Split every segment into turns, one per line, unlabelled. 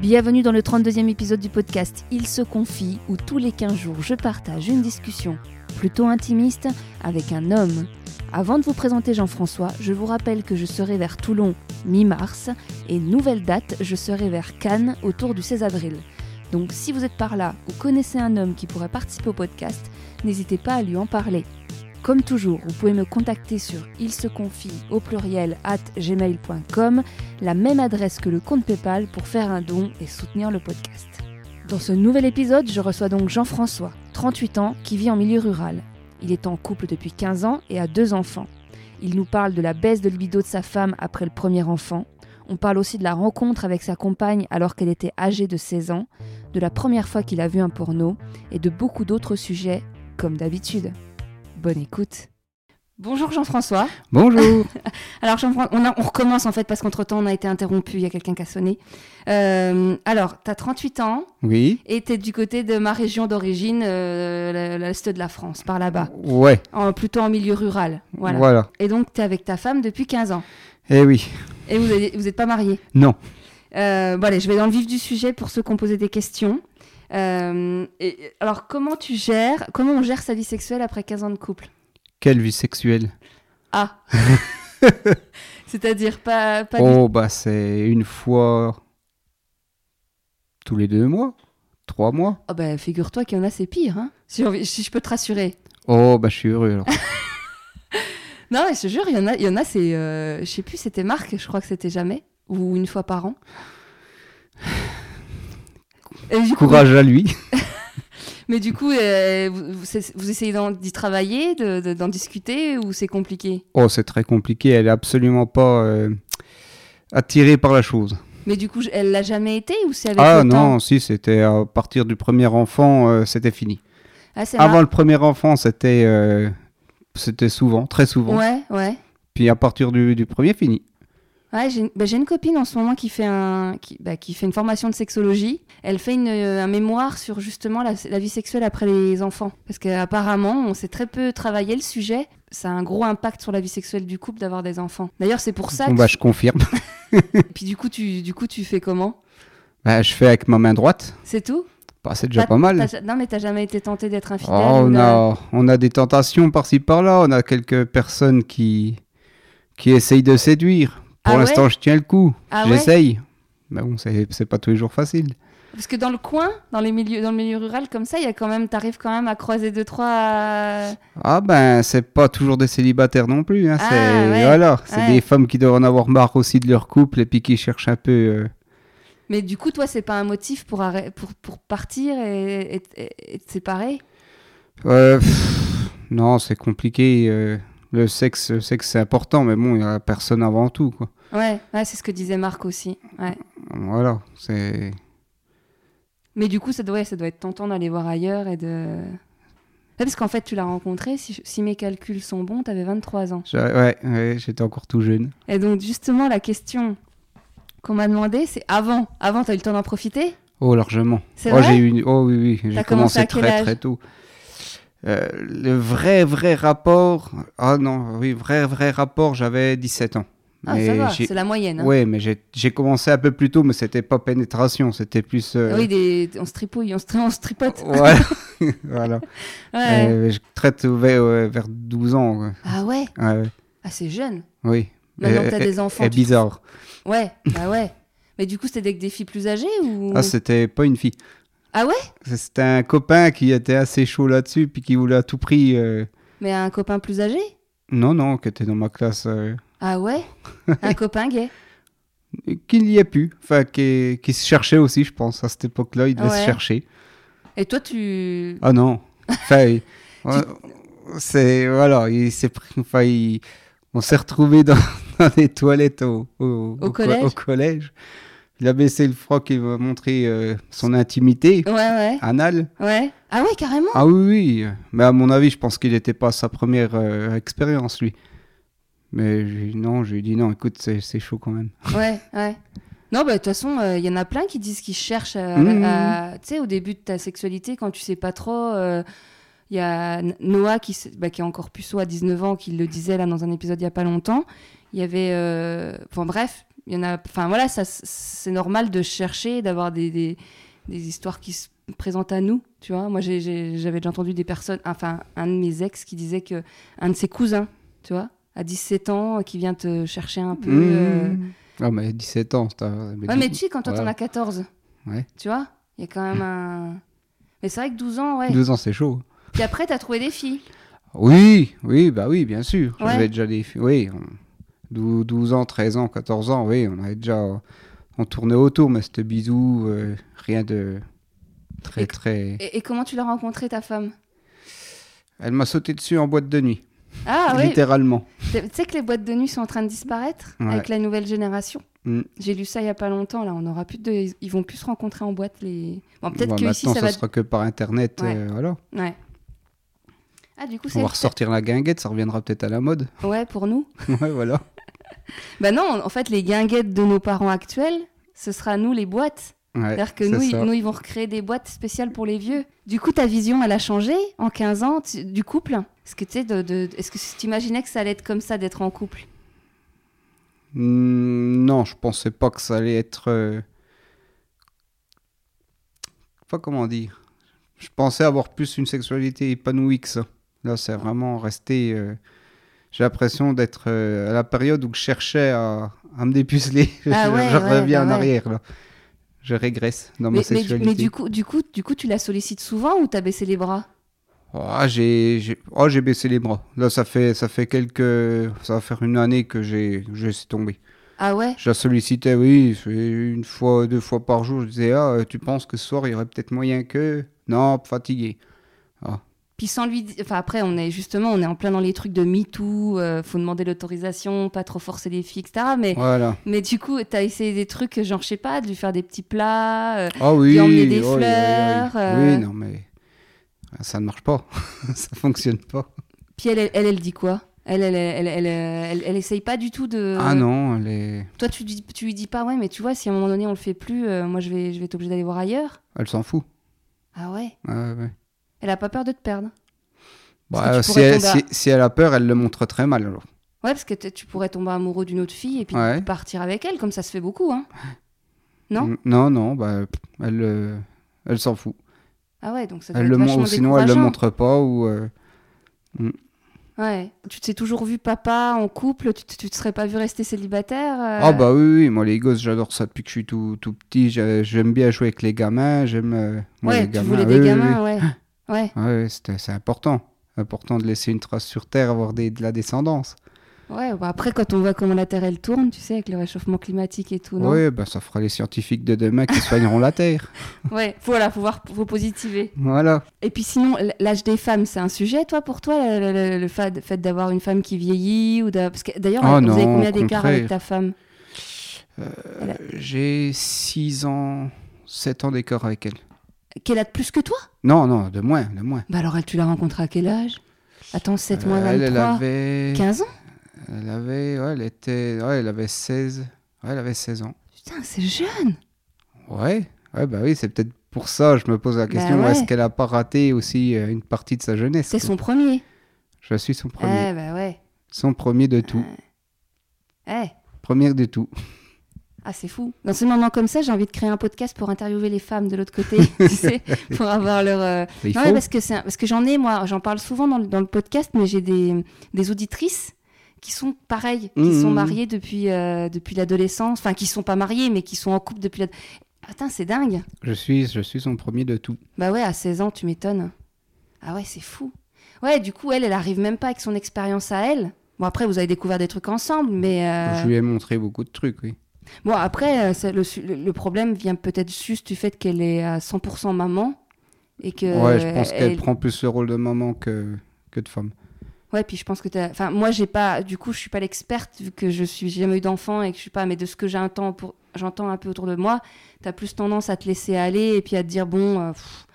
Bienvenue dans le 32e épisode du podcast Il se confie, où tous les 15 jours je partage une discussion plutôt intimiste avec un homme. Avant de vous présenter Jean-François, je vous rappelle que je serai vers Toulon mi-mars et nouvelle date, je serai vers Cannes autour du 16 avril. Donc si vous êtes par là ou connaissez un homme qui pourrait participer au podcast, n'hésitez pas à lui en parler. Comme toujours, vous pouvez me contacter sur il se confie au pluriel at gmail.com, la même adresse que le compte PayPal pour faire un don et soutenir le podcast. Dans ce nouvel épisode, je reçois donc Jean-François, 38 ans, qui vit en milieu rural. Il est en couple depuis 15 ans et a deux enfants. Il nous parle de la baisse de libido de sa femme après le premier enfant. On parle aussi de la rencontre avec sa compagne alors qu'elle était âgée de 16 ans, de la première fois qu'il a vu un porno et de beaucoup d'autres sujets, comme d'habitude. Bonne écoute. Bonjour Jean-François.
Bonjour.
Alors Jean-François, on, a- on recommence en fait parce qu'entre-temps on a été interrompu, il y a quelqu'un qui a sonné. Euh, alors, tu as 38 ans
Oui.
et tu es du côté de ma région d'origine, euh, l'Est de la France, par là-bas,
Ouais.
En- plutôt en milieu rural. Voilà.
Voilà.
Et donc tu es avec ta femme depuis 15 ans
Eh oui.
et vous n'êtes vous êtes pas mariés.
Non.
Euh, bon, allez, je vais dans le vif du sujet pour ceux qui ont posé des questions. Euh, et, alors, comment tu gères, comment on gère sa vie sexuelle après 15 ans de couple
Quelle vie sexuelle.
Ah C'est-à-dire pas, pas du
Oh, bah, c'est une fois tous les deux mois, trois mois.
Oh bah, figure-toi qu'il y en a, c'est pire. Hein si, j'ai envie- si je peux te rassurer.
Oh, bah, je suis heureux alors.
Non, mais je te jure, il y en a, il y en a c'est. euh, je sais plus, c'était Marc, je crois que c'était jamais. Ou une fois par an. Et du coup-
Courage à lui.
mais du coup, euh, vous, vous- c'est- vous essayez d'en- d'y travailler, de- de- d'en discuter, ou c'est compliqué
Oh, c'est très compliqué. Elle est absolument pas euh, attirée par la chose.
Mais du coup, je- elle l'a jamais été, ou c'est avec
ah
le temps
non, si, c'était à partir du premier enfant, euh, c'était fini.
Ah, c'est
Avant le premier enfant, c'était euh, c'était souvent, très souvent.
Marc. Ouais, ouais.
Puis à partir du, du premier, fini.
Ouais, j'ai bah, j'ai une copine en ce moment qui fait, un, qui, bah, qui fait une formation de sexologie. Elle fait une, euh, un mémoire sur justement la, la vie sexuelle après les enfants. Parce qu'apparemment, on s'est très peu travaillé le sujet. Ça a un gros impact sur la vie sexuelle du couple d'avoir des enfants. D'ailleurs, c'est pour ça que...
Bon, bah, je confirme.
Puis du coup, tu, du coup, tu fais comment
Bah, je fais avec ma main droite.
C'est tout
Bah, c'est déjà
T'as-
pas mal.
t'as- Non, mais t'as jamais été tenté d'être infidèle
Oh,
ou
on,
de-
a, on a des tentations par-ci par-là, on a quelques personnes qui, qui essayent de séduire. Pour
Ah ouais
l'instant, je tiens le coup,
Ah ouais
j'essaye. Mais bon, c'est c'est pas tous les jours facile.
Parce que dans le coin, dans, les milieux, dans le milieu rural, comme ça, il y a quand même... T'arrives quand même à croiser deux, trois... euh,
Ah ben, c'est pas toujours des célibataires non plus. hein,
Ah
c'est
ouais,
voilà, c'est
ouais.
des femmes qui doivent en avoir marre aussi de leur couple et puis qui cherchent un peu. euh,
Mais du coup, toi, c'est pas un motif pour, arrê- pour, pour partir et, et- et- et te séparer
euh, pff, non, c'est compliqué. euh, le sexe, le sexe, c'est important, mais bon, il y a la personne avant tout, quoi.
Ouais, ouais, c'est ce que disait Marc aussi. Ouais.
Voilà, c'est.
Mais du coup, ça doit, ça doit être tentant d'aller voir ailleurs et de. Ouais, parce qu'en fait, tu l'as rencontré, si, je- si mes calculs sont bons, t'avais 23 ans.
j'a- Ouais, ouais, j'étais encore tout jeune.
Et donc, justement, la question qu'on m'a demandé, c'est avant. Avant, t'as eu le temps d'en profiter
Oh, largement.
C'est
oh,
vrai
j'ai eu une- oh oui, oui, j'ai
T'as commencé
commencé,
à quel
très
âge
très tôt. Euh, le vrai vrai rapport, ah non, oui, vrai vrai rapport, j'avais 17 ans.
Ah, ça
Mais
va,
j'ai-
c'est la moyenne. hein.
Ouais, mais j'ai j'ai commencé un peu plus tôt, mais c'était pas pénétration, c'était plus. euh,
Ah Oui, des... on se tripouille, on se, tri- on se tripote.
Voilà. voilà.
Ouais.
Euh, je traite vers, ouais, vers 12 ans. ouais.
Ah ouais
Ouais, ouais.
Ah, c'est jeune.
Oui.
Maintenant que
Et-
t'as des enfants,
et
tu-
bizarre.
Ouais, bah ouais. Mais du coup, c'était avec des filles plus âgées ou
Ah, c'était pas une fille.
Ah ouais
C'était un copain qui était assez chaud là-dessus, puis qui voulait à tout prix. euh,
Mais un copain plus âgé
Non, non, qui était dans ma classe. euh,
Ah ouais Un copain gay
qu'il n'y ait plus, enfin qui, qui se cherchait aussi, je pense. À cette époque-là, il devait
Ouais.
se chercher.
Et toi, tu...
Ah non, enfin, il- on- c'est voilà, il s'est pris, enfin, il- on s'est retrouvé dans, dans des toilettes au, au,
Au
au co-
collège
au collège. Il a baissé le froc, il veut montrer euh, son intimité
Ouais, ouais,
anale.
ouais. Ah ouais, carrément
Ah oui, oui, mais à mon avis, je pense qu'il n'était pas à sa première euh, expérience lui. Mais j'ai- non, je lui ai dit non, écoute, c'est c'est chaud quand même.
Ouais, ouais. Non, bah de toute façon, il y en a plein qui disent qu'ils cherchent, euh,
Mhm.
à- tu sais, au début de ta sexualité, quand tu sais pas trop... euh, Il y a N- Noah, qui, s- bah, qui est encore puceau à 19 ans, qui le disait là dans un épisode il y a pas longtemps. Il y avait... euh, Enfin bref, il y en a. Enfin voilà, ça, c'est normal de chercher, d'avoir des, des, des histoires qui se présentent à nous. Tu vois, moi j'ai- j'ai- j'avais déjà entendu des personnes, enfin un de mes ex qui disait que un de ses cousins, tu vois, à 17 ans, euh, qui vient te chercher un peu. euh,
Mmh. Ah, mais 17 ans, t'as- mais
Ouais,
du
mais
coup-
tu sais, quand toi t'en
Ouais.
as 14,
Ouais.
tu vois, il y a quand même un. Mais c'est vrai que 12 ans, ouais.
12 ans, c'est chaud.
Puis après, t'as trouvé des filles.
Oui, oui, bah oui, bien sûr.
Ouais.
J'avais déjà des filles. Oui, on- dou- 12 ans, 13 ans, 14 ans, oui, on avait déjà. On tournait autour, mais c'était bisous, euh, rien de très,
Et-
très.
Et, et comment tu l'as rencontrée, ta femme
Elle m'a sauté dessus en boîte de nuit,
Ah oui,
littéralement.
tu sais que les boîtes de nuit sont en train de disparaître
Ouais.
avec la nouvelle génération.
Mm.
J'ai lu ça il y a pas longtemps, là, on aura plus de... Ils- Ils vont plus se rencontrer en boîte, les... Bon, peut-être
Bon,
que ici,
maintenant,
ça
bah,
va...
ça sera que par internet,
Ouais.
euh, voilà.
Ouais. Ah, du coup,
On
c'est...
va ressortir la guinguette, ça reviendra peut-être à la mode.
Ouais, pour nous.
ouais, voilà.
Bah non, en fait, les guinguettes de nos parents actuels, ce sera nous, les boîtes.
Ouais,
C'est-à-dire que
c'est
nous, ils-
ça.
nous, ils vont recréer des boîtes spéciales pour les vieux. Du coup, ta vision, elle a changé en 15 ans tu- du couple Est-ce que tu sais, de, de- est-ce que tu imaginais que ça allait être comme ça d'être en couple
Mm, Non, je pensais pas que ça allait être. euh, Pas comment dire. Je pensais avoir plus une sexualité épanouie que ça. Là, c'est vraiment resté. euh, J'ai l'impression d'être euh, à la période où je cherchais à, à me dépuceler.
Ah
je
ouais,
je
ouais,
reviens
bah
en
ouais.
arrière, là. Je régresse dans
mais,
Ah, ma
mais du-
sexualité.
mais du coup, du coup, du coup, tu la sollicites souvent ou t'as baissé les bras
Oh, j'ai j'ai- oh, j'ai baissé les bras. Là, ça fait, ça fait quelques. Ça va faire une année que j'ai que je laissé tomber.
Ah ouais
Je la sollicitais, oui, c'est une fois, deux fois par jour. Je disais, ah, euh, tu penses que ce soir, il y aurait peut-être moyen que. Non, fatigué.
Puis sans lui, di- enfin après, on est justement, on est en plein dans les trucs de MeToo, euh, faut demander l'autorisation, pas trop forcer les filles, etc. Mais,
Voilà.
mais du coup, t'as essayé des trucs, genre, je sais pas, de lui faire des petits plats. euh,
Ah oui.
Lui emmener des
oui, oui, oui.
fleurs, euh.
Oui, non, mais. Ça ne marche pas. ça fonctionne pas.
Puis elle, elle, elle, elle dit quoi elle elle, elle, elle, elle, elle- elle essaye pas du tout de.
Ah non, elle, est-
Toi, tu, dis- tu lui dis pas, ouais, mais tu vois, si à un moment donné on le fait plus, euh, moi je vais, je vais être obligée d'aller voir ailleurs.
elle s'en fout.
Ah ouais
Ouais, ouais, ouais.
Elle a pas peur de te perdre. Parce
Bah,
que tu
si,
pourrais
elle,
tomber
si, si elle a peur, elle le montre très mal. Alors.
Ouais, parce que t- tu pourrais tomber amoureux d'une autre fille et puis
Ouais.
partir avec elle, comme ça se fait beaucoup, hein. Non
Mm, Non, non, bah, elle, euh, elle s'en fout.
Ah ouais, donc ça doit
Elle
être
le mon-
vachement
Sinon, elle le
décourageant.
montre pas ou. euh,
Ouais. Tu t'es toujours vu papa en couple, tu, te- tu te serais pas vu rester célibataire euh,
Ah bah oui, oui, moi les gosses, j'adore ça depuis que je suis tout, tout petit. J'ai- J'aime bien jouer avec les gamins, j'aime... euh, moi,
Ouais,
les
tu
gamins,
voulais
oui,
des
oui,
gamins, ouais. Ouais,
oui. Ouais, c'était- c'est important. Important de laisser une trace sur Terre, avoir des, de la descendance.
ouais. bah après, quand on voit comment la Terre elle tourne, tu sais, avec le réchauffement climatique et tout, non
Oui, bah ça fera les scientifiques de demain qui soigneront la Terre.
Ouais, voilà, faut voir, faut positiver.
Voilà.
Et puis sinon, l- l'âge des femmes, c'est un sujet, toi, pour toi, le, le- le- le fa- fait d'avoir une femme qui vieillit ou d'a- parce que d'ailleurs, vous
Ah non,
avez combien
au
d'écart
contraire.
avec ta femme
J'ai 6 ans, 7 ans d'écart avec elle.
Qu'elle a de plus que toi
Non, non, de moins, de moins.
Bah alors, elle, tu l'as rencontrée à quel âge Attends, 7 moins
Euh, elle,
23,
elle avait...
15 ans
Elle avait... Ouais, elle était... Ouais, elle avait 16... Ouais, elle avait 16 ans.
Putain, c'est jeune
Ouais, ouais, bah oui, c'est peut-être pour ça, je me pose la
Bah
question,
ouais.
est-ce qu'elle a pas raté aussi euh, une partie de sa jeunesse
C'est
quoi
son premier.
Je suis son premier.
Eh, bah ouais.
Son premier de tout.
euh, Eh,
Première de tout.
ah, c'est fou. Dans ces moments comme ça, j'ai envie de créer un podcast pour interviewer les femmes de l'autre côté, tu sais, pour avoir leur. euh,
Il
Non,
faut.
mais parce que, c'est un- parce que j'en ai, moi, j'en parle souvent dans le, dans le podcast, mais j'ai des, des auditrices qui sont pareilles, qui
Mmh,
sont
mmh.
mariées depuis, euh, depuis l'adolescence, enfin, qui sont pas mariées, mais qui sont en couple depuis la... Ah, Putain, c'est dingue
Je, suis, je suis son premier de tout.
Bah ouais, à 16 ans, tu m'étonnes. Ah ouais, c'est fou. Ouais, du coup, elle, elle arrive même pas avec son expérience à elle. Bon, après, vous avez découvert des trucs ensemble, mais... euh,
Je lui ai montré beaucoup de trucs, oui.
Bon, après, euh, ça- le, su- le- le problème vient peut-être juste du fait qu'elle est à 100% maman, et que...
ouais, je pense qu'elle
euh, elle-
prend plus le rôle de maman que, que de femme.
Ouais, puis je pense que t'as. Enfin, moi, j'ai pas. Du coup, je suis pas l'experte vu que je suis j'ai jamais eu d'enfant et que je suis pas. Mais de ce que j'entends pour... j'entends un peu autour de moi, t'as plus tendance à te laisser aller et puis à te dire bon, euh, pff,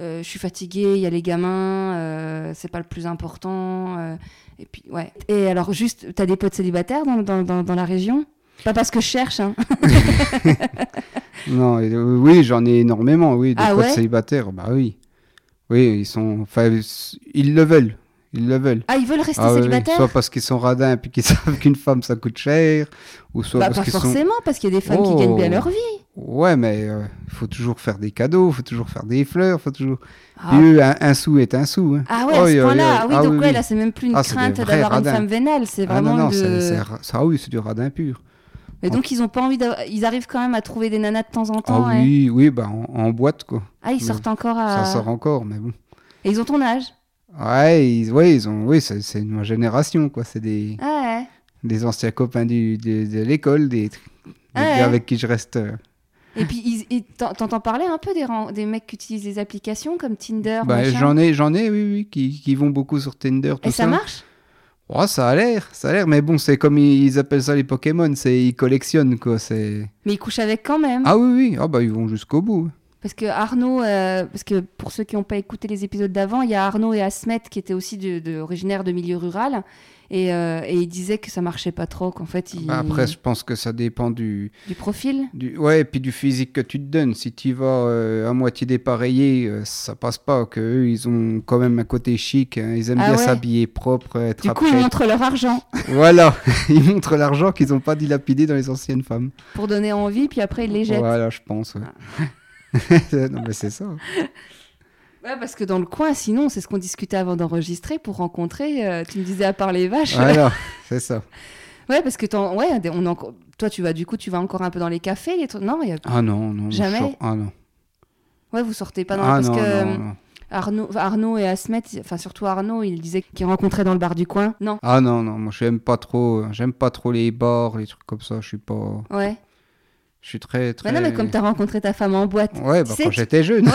euh, je suis fatiguée, il y a les gamins, euh, c'est pas le plus important. euh, et puis ouais. Et alors, juste, t'as des potes célibataires dans, dans, dans, dans la région Pas parce que je cherche, hein.
Non, et, euh, oui, j'en ai énormément, oui, des
Ah
potes
ouais
célibataires, bah oui. Oui, ils sont... Enfin, ils le veulent. Ils le veulent.
Ah, ils veulent rester
Ah oui, oui.
célibataires
Soit parce qu'ils sont radins et puis qu'ils savent qu'une femme ça coûte cher, ou soit
Bah,
parce
Pas
qu'ils sont.
forcément, parce qu'il y a des femmes qui
Oh.
gagnent bien leur vie.
Ouais, mais il faut toujours faire des cadeaux, faut toujours faire des fleurs, faut toujours.
Ah,
Et eux, un, un sou est un sou. hein.
Ah ouais, à
Oi,
ce
oi, oi.
point-là. Ah oui,
Ah
donc
oui,
ouais,
oui.
là, c'est même plus une
Ah, c'est des
crainte
vrais
d'avoir une
radins.
femme vénale. C'est
Ah
vraiment
non, non,
de...
c'est, c'est ra- ça, ah oui, c'est du radin pur.
Mais donc, ils ont pas envie d'avoir- Ils arrivent quand même à trouver des nanas de temps en temps.
Ah
ouais.
oui, oui, bah, en, en boîte, quoi.
Ah, ils
Mais
sortent encore à...
Ça sort encore, mais bon.
Et ils ont ton âge
Ouais, ils, ouais, ils ont, oui, c'est, c'est ma génération, quoi. C'est des,
Ah ouais.
des anciens copains du, de, de l'école, des, des
Ah
gars
ouais.
avec qui je reste. euh,
Et puis, ils, ils- t'en- t'entends parler un peu des, ren- des mecs qui utilisent les applications comme Tinder
Bah,
machin
j'en ai, j'en ai, oui, oui, qui, qui vont beaucoup sur Tinder, tout
Et ça marche
Oh, ça a l'air, ça a l'air, mais bon, c'est comme ils, ils appellent ça les Pokémon, c'est ils collectionnent quoi, c'est.
Mais ils couchent avec quand même.
Ah oui, oui, ah bah ils vont jusqu'au bout.
Parce que Arnaud, euh, parce que pour ceux qui n'ont pas écouté les épisodes d'avant, il y a Arnaud et Asmet qui étaient aussi de, de- originaires de milieu rural et, euh, et ils disaient que ça marchait pas trop, qu'en fait, ils-
Bah, après, je pense que ça dépend du,
du profil.
du, ouais, et puis du physique que tu te donnes. Si tu vas euh, à moitié dépareillé, euh, ça passe pas. Que eux, ils ont quand même un côté chic, hein, ils aiment
Ah
bien
ouais.
s'habiller propre, être
Du coup, ils
apprêts.
montrent leur argent
Voilà, ils montrent l'argent qu'ils ont pas dilapidé dans les anciennes femmes.
pour donner envie, puis après ils les jettent. Ah. Ouais.
Voilà, je pense. ouais. non mais c'est ça.
parce que dans le coin, sinon, c'est ce qu'on discutait avant d'enregistrer pour rencontrer. euh, tu me disais à part les vaches. Ouais,
Voilà, c'est ça.
parce que t'en- ouais, des- on en- toi, tu vas du coup, tu vas encore un peu dans les cafés, les trucs. Non, il y a-
Ah non, non. je
Jamais.
sors- Ah non.
ouais, vous sortez pas dans
ah
parce
non,
que
non,
euh,
non.
Arnaud, Arnaud et Asmet, enfin surtout Arnaud, il disait qu'il rencontrait dans le bar du coin. Non.
Ah non, non, moi j'aime pas trop, euh, j'aime pas trop les bars, les trucs comme ça, je suis pas,
Ouais.
je suis très, très...
Bah non, mais comme t'as rencontré ta femme en boîte.
Ouais, bah,
sais,
quand
tu-
j'étais jeune.
Ouais, ouais,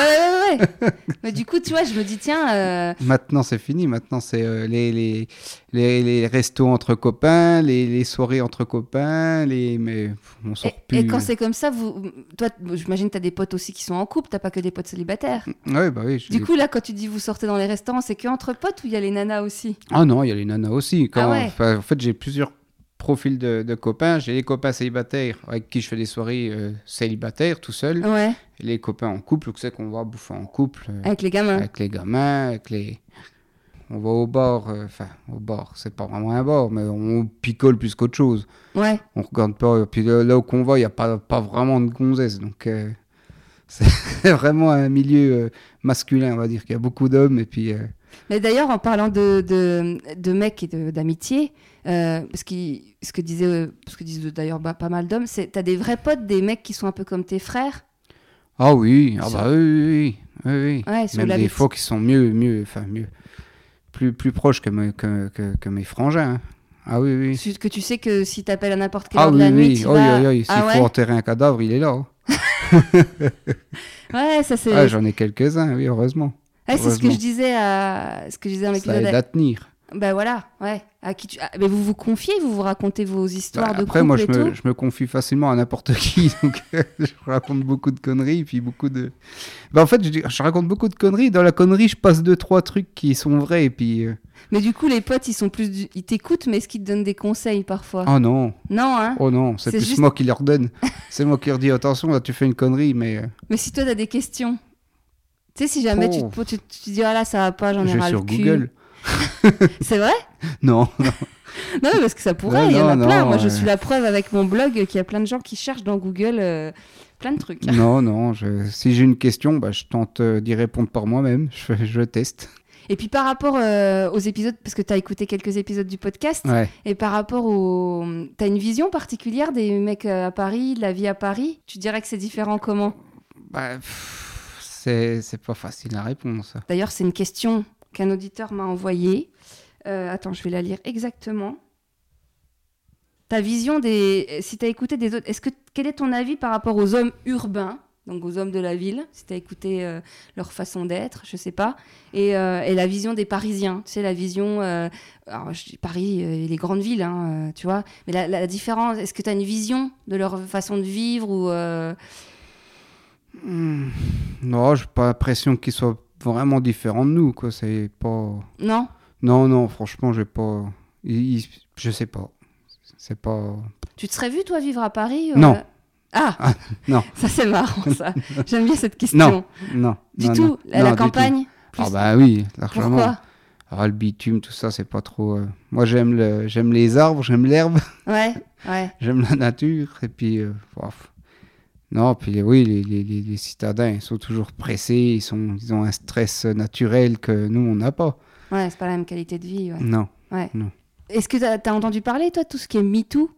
ouais. ouais. mais du coup, tu vois, je me dis, tiens, euh,
Maintenant c'est fini, maintenant c'est euh, les, les, les, les restos entre copains, les, les soirées entre copains, les... mais pff, on
et,
sort
et
plus.
quand c'est comme ça, vous, toi, t- j'imagine, t'as des potes aussi qui sont en couple, t'as pas que des potes célibataires.
Ouais, bah oui. je-
Du coup, là, quand tu dis vous sortez dans les restaurants, c'est que entre potes ou il y a les nanas aussi
Ah non, il y a les nanas aussi. Quand...
Ah ouais.
enfin, en fait j'ai plusieurs profils de, de copains, j'ai les copains célibataires avec qui je fais des soirées euh, célibataires tout seul,
Ouais,
les copains en couple, que c'est qu'on va bouffer en couple. euh,
avec les gamins.
avec les gamins, avec les... On va au bord, euh, enfin au bord, c'est pas vraiment un bord, mais on picole plus qu'autre chose.
Ouais.
On regarde pas, et puis là, là, au convoi, il n'y a pas, pas vraiment de gonzesse, donc euh, c'est vraiment un milieu euh, masculin, on va dire, qu'il y a beaucoup d'hommes, et puis... euh,
Mais d'ailleurs, en parlant de, de, de mecs et de- d'amitié, euh, parce qu'il- ce que disait, euh, ce que disent d'ailleurs bah, pas mal d'hommes, c'est t'as des vrais potes, des mecs qui sont un peu comme tes frères.
Ah oui, ah
Sur-
bah oui, oui, oui, oui, oui.
Ouais, Ah, sur
Même
la
des
vie-
fois qui sont mieux, mieux, enfin mieux, plus, plus proches que, me- que, que- que mes frangins. hein. Ah oui, oui.
Tu- Que tu sais que si t'appelles à n'importe quelle
Ah
heure
oui,
de la nuit,
oui,
tu
oh,
vas-
oui,
Ah
faut
ouais,
enterrer un cadavre, il est là. hein.
ouais, ça c'est.
Ah, j'en ai quelques-uns, oui, heureusement.
Ouais, c'est ce que
heureusement.
je disais à, ce que je disais dans
Ça
l'épisode.
aide à tenir.
Bah voilà, ouais. À qui tu... ah, Mais vous vous confiez, vous vous racontez vos histoires
Bah,
de
après,
couple
moi,
et
je me,
tout.
je me confie facilement à n'importe qui, donc euh, je raconte beaucoup de conneries, puis beaucoup de... Bah, en fait, je, dis- je raconte beaucoup de conneries. Dans la connerie, je passe deux, trois trucs qui sont vrais, et puis... euh,
Mais du coup, les potes, ils sont plus, du- ils t'écoutent, mais est-ce qu'ils te donnent des conseils parfois
Oh non,
Non, hein.
oh non, c'est
Ah. C'est
plus
juste-
moi qui leur donne. c'est moi qui leur dis, attention, là, tu fais une connerie, mais euh,
Mais si toi, t'as des questions. Tu sais, si jamais tu, te,
Oh.
poses- tu, tu te dis, ah là, ça va pas, j'en ai
je vais
ras le
sur
cul.
Google.
C'est vrai
Non,
Non, mais parce que ça pourrait,
Non,
il y en a
non,
plein.
non,
Moi, je
euh.
suis la preuve avec mon blog qu'il y a plein de gens qui cherchent dans Google euh, plein de trucs.
non, non, je- si j'ai une question, bah, je tente euh, d'y répondre par moi-même, je, je teste.
Et puis, par rapport euh, aux épisodes, parce que t'as écouté quelques épisodes du podcast,
Ouais.
Et par rapport au. T'as une vision particulière des mecs euh, à Paris, de la vie à Paris Tu dirais que c'est différent comment
Bah, pff, c'est c'est pas facile hein. à répondre, ça.
D'ailleurs, c'est une question qu'un auditeur m'a envoyée. Euh, attends, je vais la lire exactement. Ta vision des. Si t'as écouté des autres. Est-ce que. Quel est ton avis par rapport aux hommes urbains donc aux hommes de la ville, si t'as écouté euh, leur façon d'être, je sais pas, et, euh, et la vision des Parisiens, tu sais, la vision, euh, alors je dis Paris euh, et les grandes villes, hein, euh, tu vois, mais la, la- la différence, est-ce que tu as une vision de leur façon de vivre ou euh,
Hmm. Non, j'ai pas l'impression qu'ils soient vraiment différents de nous, quoi. C'est pas.
non
Non, non, franchement, j'ai pas. ils- ils- Je sais pas. C'est pas.
Tu te serais vu, toi, vivre à Paris euh,
Non.
Ah,
Ah, non.
Ça, c'est marrant, ça. J'aime bien cette question.
Non. Non.
Du
non,
tout,
non.
à
Non,
la
du
campagne
tout. Ah
plus-
bah oui, largement.
Pourquoi
Ah, le bitume, tout ça, c'est pas trop. euh, Moi, j'aime le, j'aime les arbres, j'aime l'herbe,
Ouais, ouais.
j'aime la nature. Et puis, euh, bof. non, puis oui, les, les- les- les citadins, ils sont toujours pressés, ils, sont, ils ont un stress euh, naturel que nous, on n'a pas.
Ouais, c'est pas la même qualité de vie. ouais.
Non,
Est-ce que t'as as entendu parler, toi, de tout ce qui est MeToo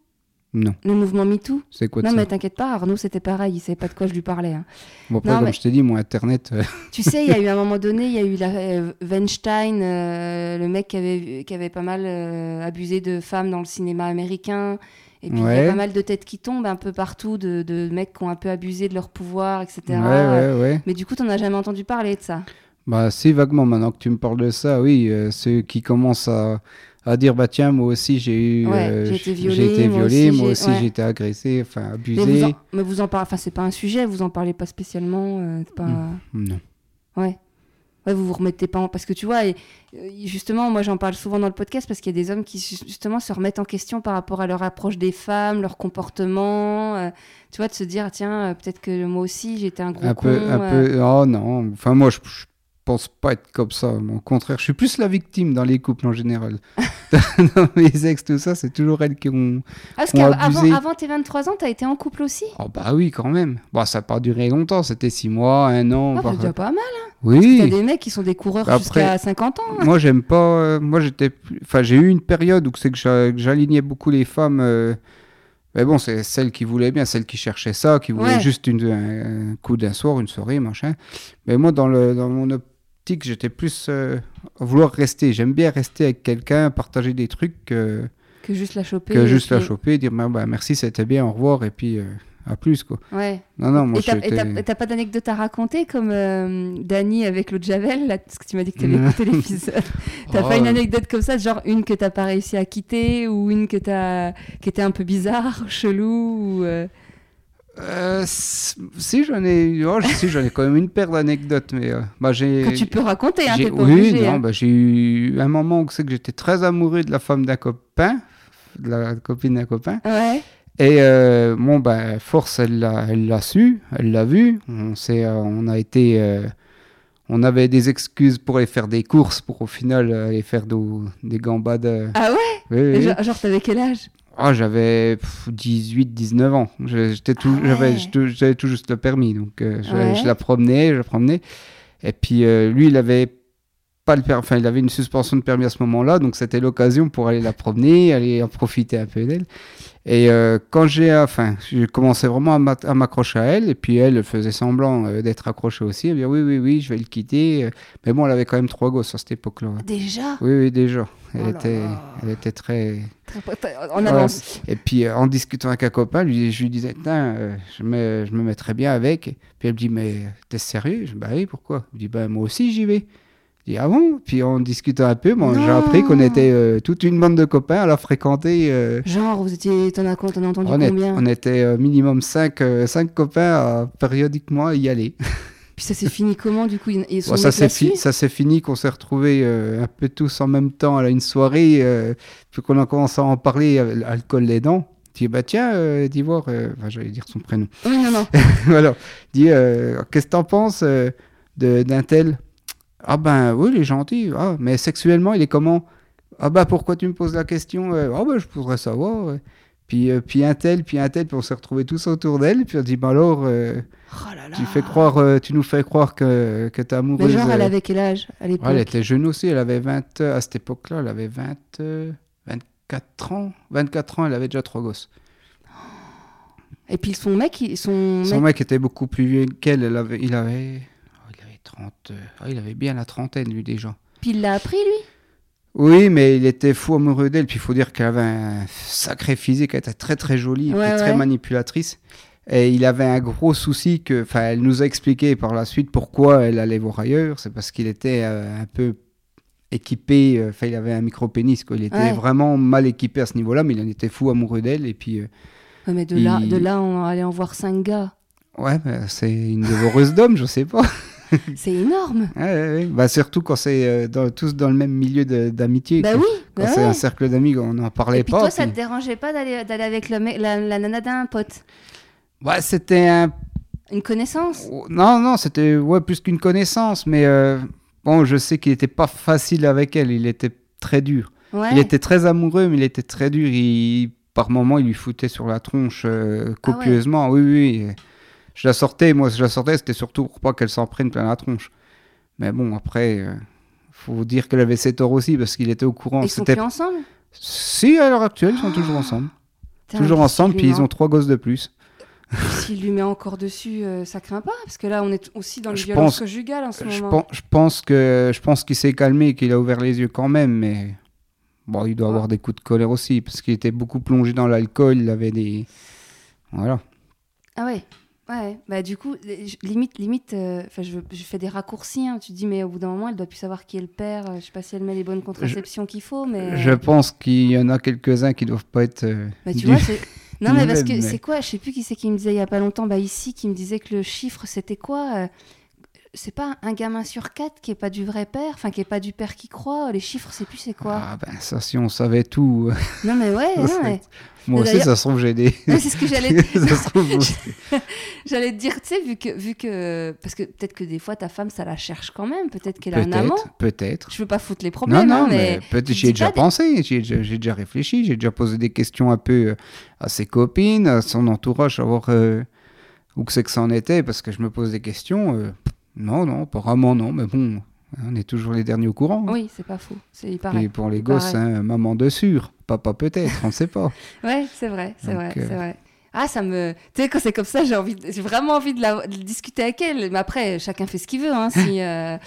non.
Le mouvement MeToo
C'est quoi de
Non,
ça
mais t'inquiète pas, Arnaud, c'était pareil. Il savait pas de quoi je lui parlais. hein.
Bon, après,
non,
comme
mais-
je t'ai dit, moi, Internet, euh,
Tu sais, il y a eu à un moment donné, il y a eu la, euh, Weinstein, euh, le mec qui avait, qui avait pas mal euh, abusé de femmes dans le cinéma américain. Et puis, il y
Ouais.
a pas mal de têtes qui tombent un peu partout, de, de mecs qui ont un peu abusé de leur pouvoir, etc.
ouais, ouais, ouais.
Mais du coup, t'en as jamais entendu parler de ça.
Bah, si, vaguement, maintenant que tu me parles de ça, oui, euh, ceux qui commencent à, à dire, bah tiens, moi aussi j'ai eu.
Ouais,
euh,
j'ai été
j-
violée, moi
violée,
aussi,
moi
j'ai-
aussi
ouais.
j'ai été agressée, enfin
Mais vous,
abusée.
en, mais vous en parlez, enfin, c'est pas un sujet, vous en parlez pas spécialement. euh, c'est pas...
Non.
Ouais. Ouais, vous vous remettez pas en... Parce que tu vois, et, euh, justement, moi j'en parle souvent dans le podcast parce qu'il y a des hommes qui ju- justement se remettent en question par rapport à leur approche des femmes, leur comportement. euh, tu vois, de se dire, tiens, euh, peut-être que moi aussi j'étais un gros
Un
con.
peu, un
euh.
peu. Oh non, enfin moi je, je pense pas être comme ça. Au contraire, je suis plus la victime dans les couples en général. dans mes ex, tout ça, c'est toujours elles qui ont.
Ah, parce
qu'on a abusé.
qu'avant avant tes 23 ans, t'as été en couple aussi
Oh bah oui, quand même. Bon, ça n'a pas duré longtemps, c'était six mois, un an.
Ah,
par-
c'est déjà pas mal. Il y a
Oui.
des mecs qui sont des coureurs
Après-
jusqu'à 50 ans. hein,
Moi, j'aime pas. euh, moi, j'étais. plus- Enfin, j'ai eu une période où c'est que j'a- que j'alignais beaucoup les femmes. euh, mais bon, c'est celles qui voulaient bien, celles qui cherchaient ça, qui voulaient
Ouais.
juste une, un, un coup d'un soir, une soirée, machin. Mais moi, dans, le, dans mon optique, j'étais plus euh, à vouloir rester. J'aime bien rester avec quelqu'un, partager des trucs euh,
Que juste la choper.
que
et
juste la
puis-
choper, dire bah, bah, merci, c'était bien, au revoir, et puis euh, à plus, quoi.
Ouais.
Non, non, moi,
et t'as- et
j'étais-
t'as t'as pas d'anecdote à raconter comme euh, Dany avec l'eau de Javel, là, parce que tu m'as dit que t'avais écouté l'épisode. T'as
Oh,
pas une
euh,
anecdote comme ça, genre une que t'as pas réussi à quitter ou une que t'as qui était un peu bizarre, chelou ou euh,
Euh, si j'en ai, oh, je- si j'en ai quand même une paire d'anecdotes, mais euh, bah j'ai.
que tu peux raconter, hein,
j'ai-
t'es pas
oui,
obligé.
non,
hein.
bah, j'ai eu un moment où c'est que j'étais très amoureux de la femme d'un copain, de la copine d'un copain,
Ouais,
et euh, bon ben force, elle l'a, elle l'a su, elle l'a vu, on s'est, euh, on a été, euh, on avait des excuses pour aller faire des courses, pour au final euh, aller faire do- des gambades. euh,
Ah ouais
oui, oui,
Et
oui.
genre, genre, t'avais quel âge
Ah, j'avais pff, 18, 19 ans. Je- J'étais tout,
Ah ouais.
j'avais, j'étais- j'avais tout juste le permis. Donc, euh, je,
Ouais.
je la promenais, je la promenais. Et puis, euh, lui, il avait pas le permis. Enfin, il avait une suspension de permis à ce moment-là. Donc, c'était l'occasion pour aller la promener, aller en profiter un peu d'elle. Et euh, quand j'ai, enfin, j'ai commencé vraiment à m'att- à m'accrocher à elle. Et puis, elle faisait semblant euh, d'être accrochée aussi. Elle me dit, oui, oui, oui, je vais le quitter. euh. Mais bon, elle avait quand même trois gosses à cette époque-là.
Déjà
Oui, oui, déjà. Elle,
Oh là
était,
là.
elle était très.
Très- En avance.
Et puis euh, en discutant avec un copain, lui- je lui disais, Tain, euh, je, me, je me mettrais bien avec. Puis elle me dit, mais t'es sérieux Je dis, bah oui, pourquoi Il me dit, bah moi aussi j'y vais. Je dis, ah bon Puis en discutant un peu, bon, j'ai
Non.
appris qu'on était euh, toute une bande de copains à la fréquenter. euh,
Genre, vous étiez, t'en as, con- t'en as entendu
on, est-
combien
on était euh, minimum 5 copains à périodiquement y aller.
Puis ça s'est fini comment du coup Ils ils sont
Bon, ça,
venus
s'est
là-dessus
fi- ça s'est fini qu'on s'est retrouvés euh, un peu tous en même temps à une soirée, euh, puis qu'on a commencé à en parler, euh, l'alcool les dents. Je dis, bah tiens, euh, d'Ivoire, euh, enfin, j'allais dire son prénom.
Oui, non, non.
voilà. Je dis, euh, qu'est-ce que t'en penses euh, de- d'un tel Ah ben oui, il est gentil. Ah, mais sexuellement, il est comment Ah ben pourquoi tu me poses la question Euh, Ah ben je pourrais savoir. ouais. Puis, euh, puis un tel, puis un tel, puis on s'est retrouvés tous autour d'elle. Puis on dit, bah alors, euh,
Oh là là.
tu, fais croire, euh, tu nous fais croire que, que t'es
Mais
amoureuse.
genre, elle
euh,
avait quel âge à l'époque
Ouais, elle était jeune aussi, elle avait 20, euh, à cette époque-là, elle avait 20, euh, 24 ans. 24 ans, elle avait déjà trois gosses.
Et puis son mec, il- son
Son
mec-
mec était beaucoup plus vieux qu'elle, elle avait, il avait, oh, il avait 30, euh, oh, il avait bien la trentaine lui déjà.
puis il l'a appris lui
Oui, mais il était fou amoureux d'elle, puis il faut dire qu'elle avait un sacré physique, elle était très très jolie, et puis
Ouais,
très
ouais.
manipulatrice. Et il avait un gros souci que, enfin, elle nous a expliqué par la suite pourquoi elle allait voir ailleurs, c'est parce qu'il était euh, un peu équipé, euh, enfin, il avait un micro-pénis, quoi. Il était
Ouais.
vraiment mal équipé à ce niveau-là, mais il en était fou amoureux d'elle, et puis, euh,
Ouais, mais de là,
Il-
de là, on allait en voir cinq gars.
ouais, bah, c'est une dévoreuse d'hommes, je sais pas. Hmm.
C'est énorme.
Ouais, ouais, ouais. Bah, surtout quand c'est euh, dans- tous dans le même milieu de- d'amitié.
Bah
quoi.
oui.
Quand
bah
c'est
ouais.
un cercle d'amis, on n'en parlait
Et puis
pas.
toi, ça
puis-
te dérangeait pas d'aller d'aller avec le mec- la, la nana d'un pote,
Ouais, Bah, c'était un
une connaissance
Oh, Non, non, c'était ouais, plus qu'une connaissance, mais euh, Bon, je sais qu'il n'était pas facile avec elle, il était très dur.
Ouais.
Il était très amoureux, mais il était très dur. Il, par moments, il lui foutait sur la tronche euh,
Ah ouais.
copieusement. Oui, oui. Je la sortais, moi, je la sortais, c'était surtout pour pas qu'elle s'en prenne plein la tronche. Mais bon, après, euh, faut dire qu'elle avait ses torts aussi, parce qu'il était au courant.
Ils sont
C'était-
plus ensemble
Si, à l'heure actuelle, ils sont
Ah,
toujours ensemble.
Putain,
Toujours
mais
ensemble,
s'il
puis
lui
ils ont
met-
trois gosses de plus.
S'il lui met encore dessus, euh, ça craint pas Parce que là, on est aussi dans les
Je
violences
pense-
conjugales en ce
Je,
moment.
pen- je pense que je pense qu'il s'est calmé et qu'il a ouvert les yeux quand même, mais bon, il
Ah.
doit avoir des coups de colère aussi parce qu'il était beaucoup plongé dans l'alcool, il avait des voilà.
Ah ouais Ouais, bah du coup, je- limite, limite, euh, enfin, je, je fais des raccourcis, hein. tu te dis, mais au bout d'un moment, elle doit plus savoir qui est le père, euh, je sais pas si elle met les bonnes contraceptions qu'il faut, mais...
Je pense qu'il y en a quelques-uns qui doivent pas être euh,
Bah, tu
du-
vois, c'est- Non, mais parce
lui-même,
que
mais-
c'est quoi Je sais plus qui c'est qui me disait il y a pas longtemps, bah ici, qui me disait que le chiffre, c'était quoi euh, C'est pas un gamin sur quatre qui est pas du vrai père, enfin, qui est pas du père qui croit, les chiffres, c'est plus c'est quoi.
Ah ben ça si on savait tout.
Non, mais ouais,
Ça,
non,
c'est-
mais...
Moi aussi
d'ailleurs-
ça se trouve j'ai des
Ouais, c'est ce que j'allais
ça se trouve, moi aussi.
J'allais te dire, tu sais, vu que, vu que. Parce que peut-être que des fois, ta femme, ça la cherche quand même. Peut-être qu'elle a un amant.
peut-être peut-être.
Je veux pas foutre les
Non,
problèmes,
non,
hein,
mais,
mais.
peut-être
tu
j'y ai
dis pas
déjà
des-
pensé, j'y ai déjà- j'ai déjà réfléchi, j'ai déjà posé des questions un peu euh, à ses copines, à son entourage, savoir euh, où que c'est que ça en était, parce que je me pose des questions. euh, non, non, apparemment non, mais bon, hein, on est toujours les derniers au courant. hein.
Oui, c'est pas faux. C'est il
Et
paraît.
pour les
il
gosses,
paraît.
hein, maman de sûr, papa peut-être, on ne sait pas.
Ouais, c'est vrai, c'est
Donc,
vrai,
euh,
c'est vrai. Ah, ça me. Tu sais, quand c'est comme ça, j'ai envie, de- j'ai vraiment envie de, la... de discuter avec elle. Mais après, chacun fait ce qu'il veut, hein, si. euh,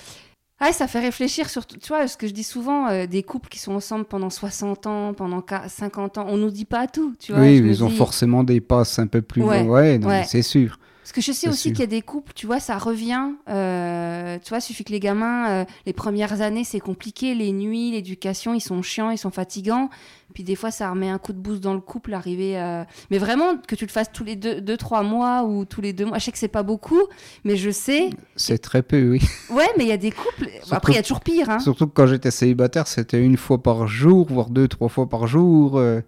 Ah, ça fait réfléchir sur, tu vois, ce que je dis souvent, euh, des couples qui sont ensemble pendant 60 ans, pendant 40 50 ans, on nous dit pas tout, tu vois.
oui,
je me
ils ont
dis-
forcément des passes un peu plus.
Ouais,
Ouais, non,
ouais.
c'est sûr.
Parce que je sais
Ça,
aussi
c'est-
qu'il y a des couples, tu vois, ça revient. euh, tu vois, suffit que les gamins, euh, les premières années, c'est compliqué. Les nuits, l'éducation, ils sont chiants, ils sont fatigants. Puis des fois, ça remet un coup de boost dans le couple, arriver. euh, Mais vraiment, que tu le fasses tous les deux, deux, trois mois ou tous les deux mois. Je sais que c'est pas beaucoup, mais je sais.
C'est très peu, oui.
Ouais, mais il y a des couples.
Surtout-
Après, il y a toujours pire. Hein.
Surtout que quand j'étais célibataire, c'était une fois par jour, voire deux, trois fois par jour. euh.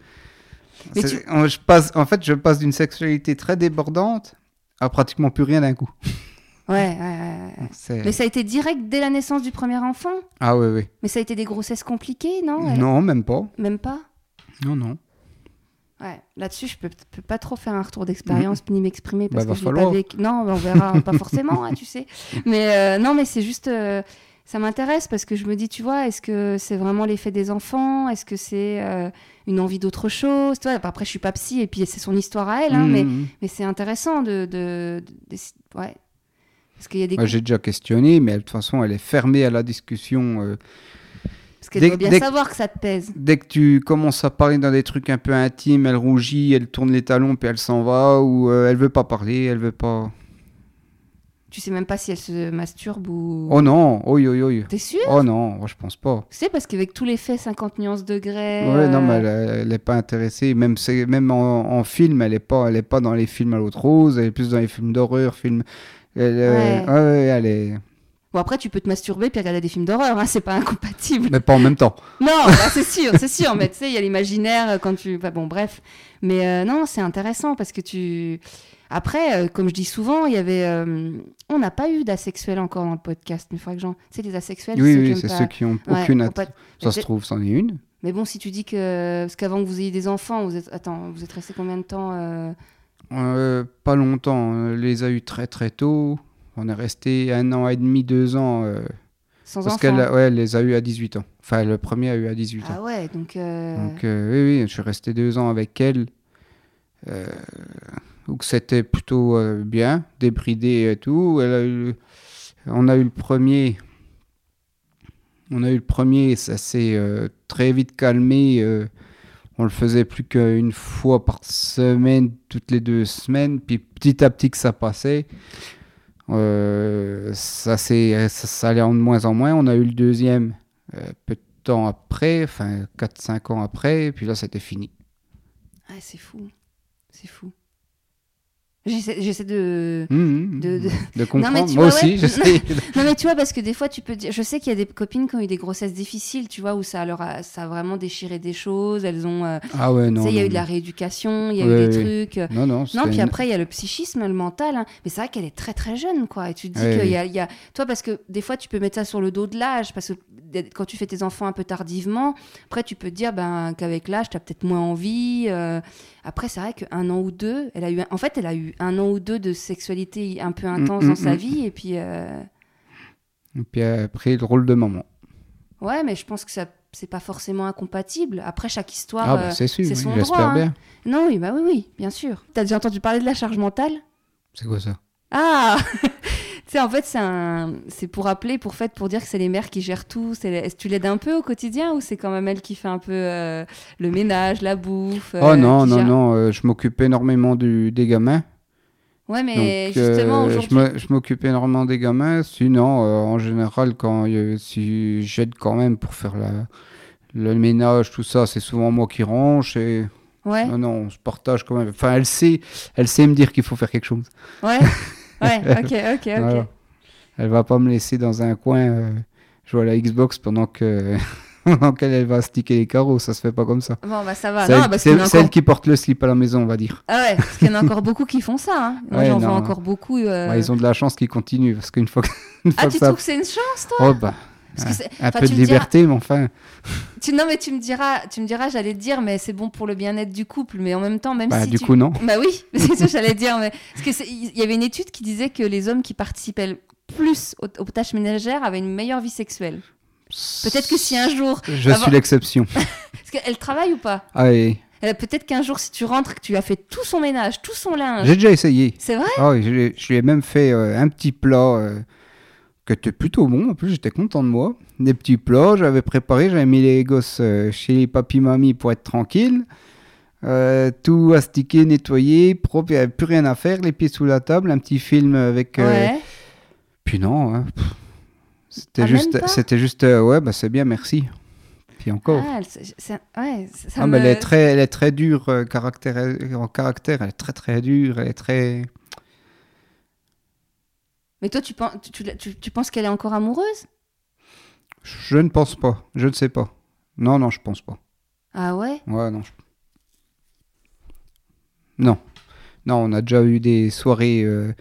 Mais
C'est- on- je passe, en fait, je passe d'une sexualité très débordante à pratiquement plus rien d'un coup.
Ouais, ouais, ouais, ouais.
C'est-
Mais ça a été direct dès la naissance du premier enfant.
Ah oui, oui.
Mais ça a été des grossesses compliquées, non elle-
Non, même pas.
Même pas
Non, non.
Ouais, là-dessus, je peux, peux pas trop faire un retour d'expérience ni m'exprimer parce
Bah, va
que je l'ai pas
falloir.
vécu. Non, mais on verra, pas forcément, hein, tu sais. Mais euh, non, mais c'est juste, euh, ça m'intéresse parce que je me dis, tu vois, est-ce que c'est vraiment l'effet des enfants Est-ce que c'est euh, une envie d'autre chose Tu vois, Après, je suis pas psy et puis c'est son histoire à elle, hein, mais,
Mhm.
mais c'est intéressant de, de, de- de- ouais, parce qu'il y a des,
Ouais, J'ai déjà questionné, mais elle, de toute façon, elle est fermée à la discussion. euh.
parce qu'elle
dès-
doit bien
dès-
savoir que ça te pèse.
Dès que tu commences à parler dans des trucs un peu intimes, elle rougit, elle tourne les talons, puis elle s'en va, ou euh, elle veut pas parler, elle veut pas.
Tu sais même pas si elle se masturbe ou.
Oh non, oi, oi, oi.
T'es sûr
Oh non, moi, je pense pas.
Tu sais, parce qu'avec tous les faits, 50 nuances degrés.
Ouais, non,
euh,
mais elle n'est pas intéressée. Même, c'est- même en, en film, elle n'est pas, elle est pas dans les films à l'autre rose, elle est plus dans les films d'horreur, films. Elle, euh,
Ouais.
ouais, ouais, elle est.
Bon, après, tu peux te masturber puis regarder des films d'horreur, hein, c'est pas incompatible.
Mais pas en même temps.
Non, bah, c'est sûr, c'est sûr, mais tu sais, il y a l'imaginaire euh, quand tu. bah, bon, bref. Mais euh, non, c'est intéressant parce que tu. Après, euh, comme je dis souvent, il y avait. euh, on n'a pas eu d'asexuels encore dans le podcast, mais il faudrait que j'en. Tu sais, les asexuels,
Oui,
ceux qui
oui,
aiment
c'est
pas-
ceux qui n'ont
Ouais,
aucune.
ont
att-
pas-
Ça se trouve, c'en est une.
Mais bon, si tu dis que. Parce qu'avant que vous ayez des enfants, vous êtes. Attends, vous êtes resté combien de temps euh,
Euh, pas longtemps. On les a eu très très tôt. On est resté un an et demi, deux ans. euh,
sans
parce
enfants
qu'elle a- ouais, elle les a eu à 18 ans. Enfin, le premier a eu à 18 ans.
Ah ouais, donc. euh,
Donc euh, oui, oui, je suis resté deux ans avec elle. Euh, donc c'était plutôt euh, bien, débridé et tout. Elle a eu- on a eu le premier. On a eu le premier, ça s'est euh, très vite calmé. euh, on le faisait plus qu'une fois par semaine, toutes les deux semaines. Puis petit à petit que ça passait, euh, ça, s'est- ça, ça allait en de moins en moins. On a eu le deuxième euh, peu de temps après, enfin 4-5 ans après, et puis là c'était fini.
Ah, c'est fou. C'est fou. J'essaie j'essaie de...
Hum, hum,
De- de-
hum. comprendre.
mais tu
Moi
vois, ouais.
aussi, j'essaie.
Non mais tu vois, parce que des fois, tu peux dire... Je sais qu'il y a des copines qui ont eu des grossesses difficiles, tu vois, où ça, leur a, ça a vraiment déchiré des choses, elles ont... euh,
ah ouais,
tu
non.
sais, il y a
non,
eu de la rééducation, il y a
Ouais,
eu des
ouais.
trucs... euh,
Non, non,
Non,
c'est
puis
une-
après, il y a le psychisme, le mental. hein. Mais c'est vrai qu'elle est très, très jeune, quoi. Et tu te dis
Ouais,
qu'il
oui.
y a, il y a- Toi, parce que des fois, tu peux mettre ça sur le dos de l'âge. Parce que d- quand tu fais tes enfants un peu tardivement, après, tu peux te dire ben, qu'avec l'âge, tu as peut-être moins envie. euh. Après, c'est vrai qu'un an ou deux, elle a eu... un- En fait, elle a eu un an ou deux de sexualité un peu intense
mm,
dans sa
mm.
vie. Et puis... euh,
Et puis euh, après, le rôle de maman.
Ouais, mais je pense que ça... C'est pas forcément incompatible. Après, chaque histoire.
Ah, bah,
euh,
c'est sûr,
c'est
oui,
son
j'espère
droit, hein.
bien.
Non, oui, bah oui, oui, bien sûr. T'as déjà entendu parler de la charge mentale
C'est quoi ça
Ah Tu sais, en fait, c'est un... c'est pour rappeler, pour, fait, pour dire que c'est les mères qui gèrent tout. C'est- Est-ce que tu l'aides un peu au quotidien ou c'est quand même elle qui fait un peu euh, le ménage, la bouffe
Oh
euh,
non,
qui
non,
gère
non, euh, je m'occupe énormément du, des gamins.
Ouais, mais
Donc, euh,
justement,
je
aujourd'hui.
me- je m'occupe énormément des gamins. Sinon, euh, en général, quand euh, si j'aide quand même pour faire la- le ménage, tout ça, c'est souvent moi qui range. Et...
Ouais,
Non, non, on se partage quand même. Enfin, elle sait, elle sait me dire qu'il faut faire quelque chose.
ouais. ouais, ok, ok, ok.
Voilà. Elle va pas me laisser dans un coin euh, jouer à la Xbox pendant que pendant qu'elle elle va sticker les carreaux. Ça se fait pas comme ça.
Bon, bah ça va.
c'est
Non,
elle-
parce
c'est-
qu'il y en a
c'est elle
encore...
qui porte le slip à la maison, on va dire.
Ah ouais, parce qu'il y en a encore beaucoup qui font ça. hein. Moi,
Ouais,
j'en vois
non.
encore beaucoup. euh.
Ouais, Bah, ils ont de la chance qu'ils continuent parce qu'une fois que, une fois
Ah,
que
tu
ça
trouves que c'est une chance, toi
Oh bah,
Parce que c'est-
un
enfin,
peu
tu
de
me diras-
liberté, mais enfin.
tu... Non, mais tu me diras, tu me diras, j'allais te dire, mais c'est bon pour le bien-être du couple. Mais en même temps, même
Bah,
si
du
tu
coup, non.
Bah oui, c'est ça que j'allais dire. Mais... Parce que c'est- il y avait une étude qui disait que les hommes qui participaient le plus aux, aux tâches ménagères avaient une meilleure vie sexuelle. Peut-être que si un Ah, jour,
Je
avant-
suis l'exception.
parce qu'elle travaille ou pas,
Allez,
Euh, peut-être qu'un jour si tu rentres, que tu as fait tout son ménage, tout son linge.
j'ai déjà essayé.
C'est vrai
Ah oui, je, l'ai- je lui ai même fait euh, un petit plat euh, que était plutôt bon. En plus, j'étais content de moi. Des petits plats, j'avais préparé, j'avais mis les gosses euh, chez les papy-mamie pour être tranquille. Euh, tout astiqué, nettoyé, propre, il n'y avait plus rien à faire. Les pieds sous la table, un petit film avec. euh,
Ouais.
Puis non, hein, pff, c'était
Ah, même
juste,
pas
c'était juste, euh, ouais, bah c'est bien, merci. Puis encore.
Ah, elle- c'est- c'est- ouais, ça- ça
Ah, mais
me-
elle est très, elle est très dure euh, caractère, en caractère, elle est très très dure, elle est très.
Mais toi, tu penses, tu, tu la- tu- tu penses qu'elle est encore amoureuse
Je ne pense pas, je ne sais pas. Non, non, je pense pas.
Ah ouais
Ouais, non. je- Non, non, on a déjà eu des soirées, euh,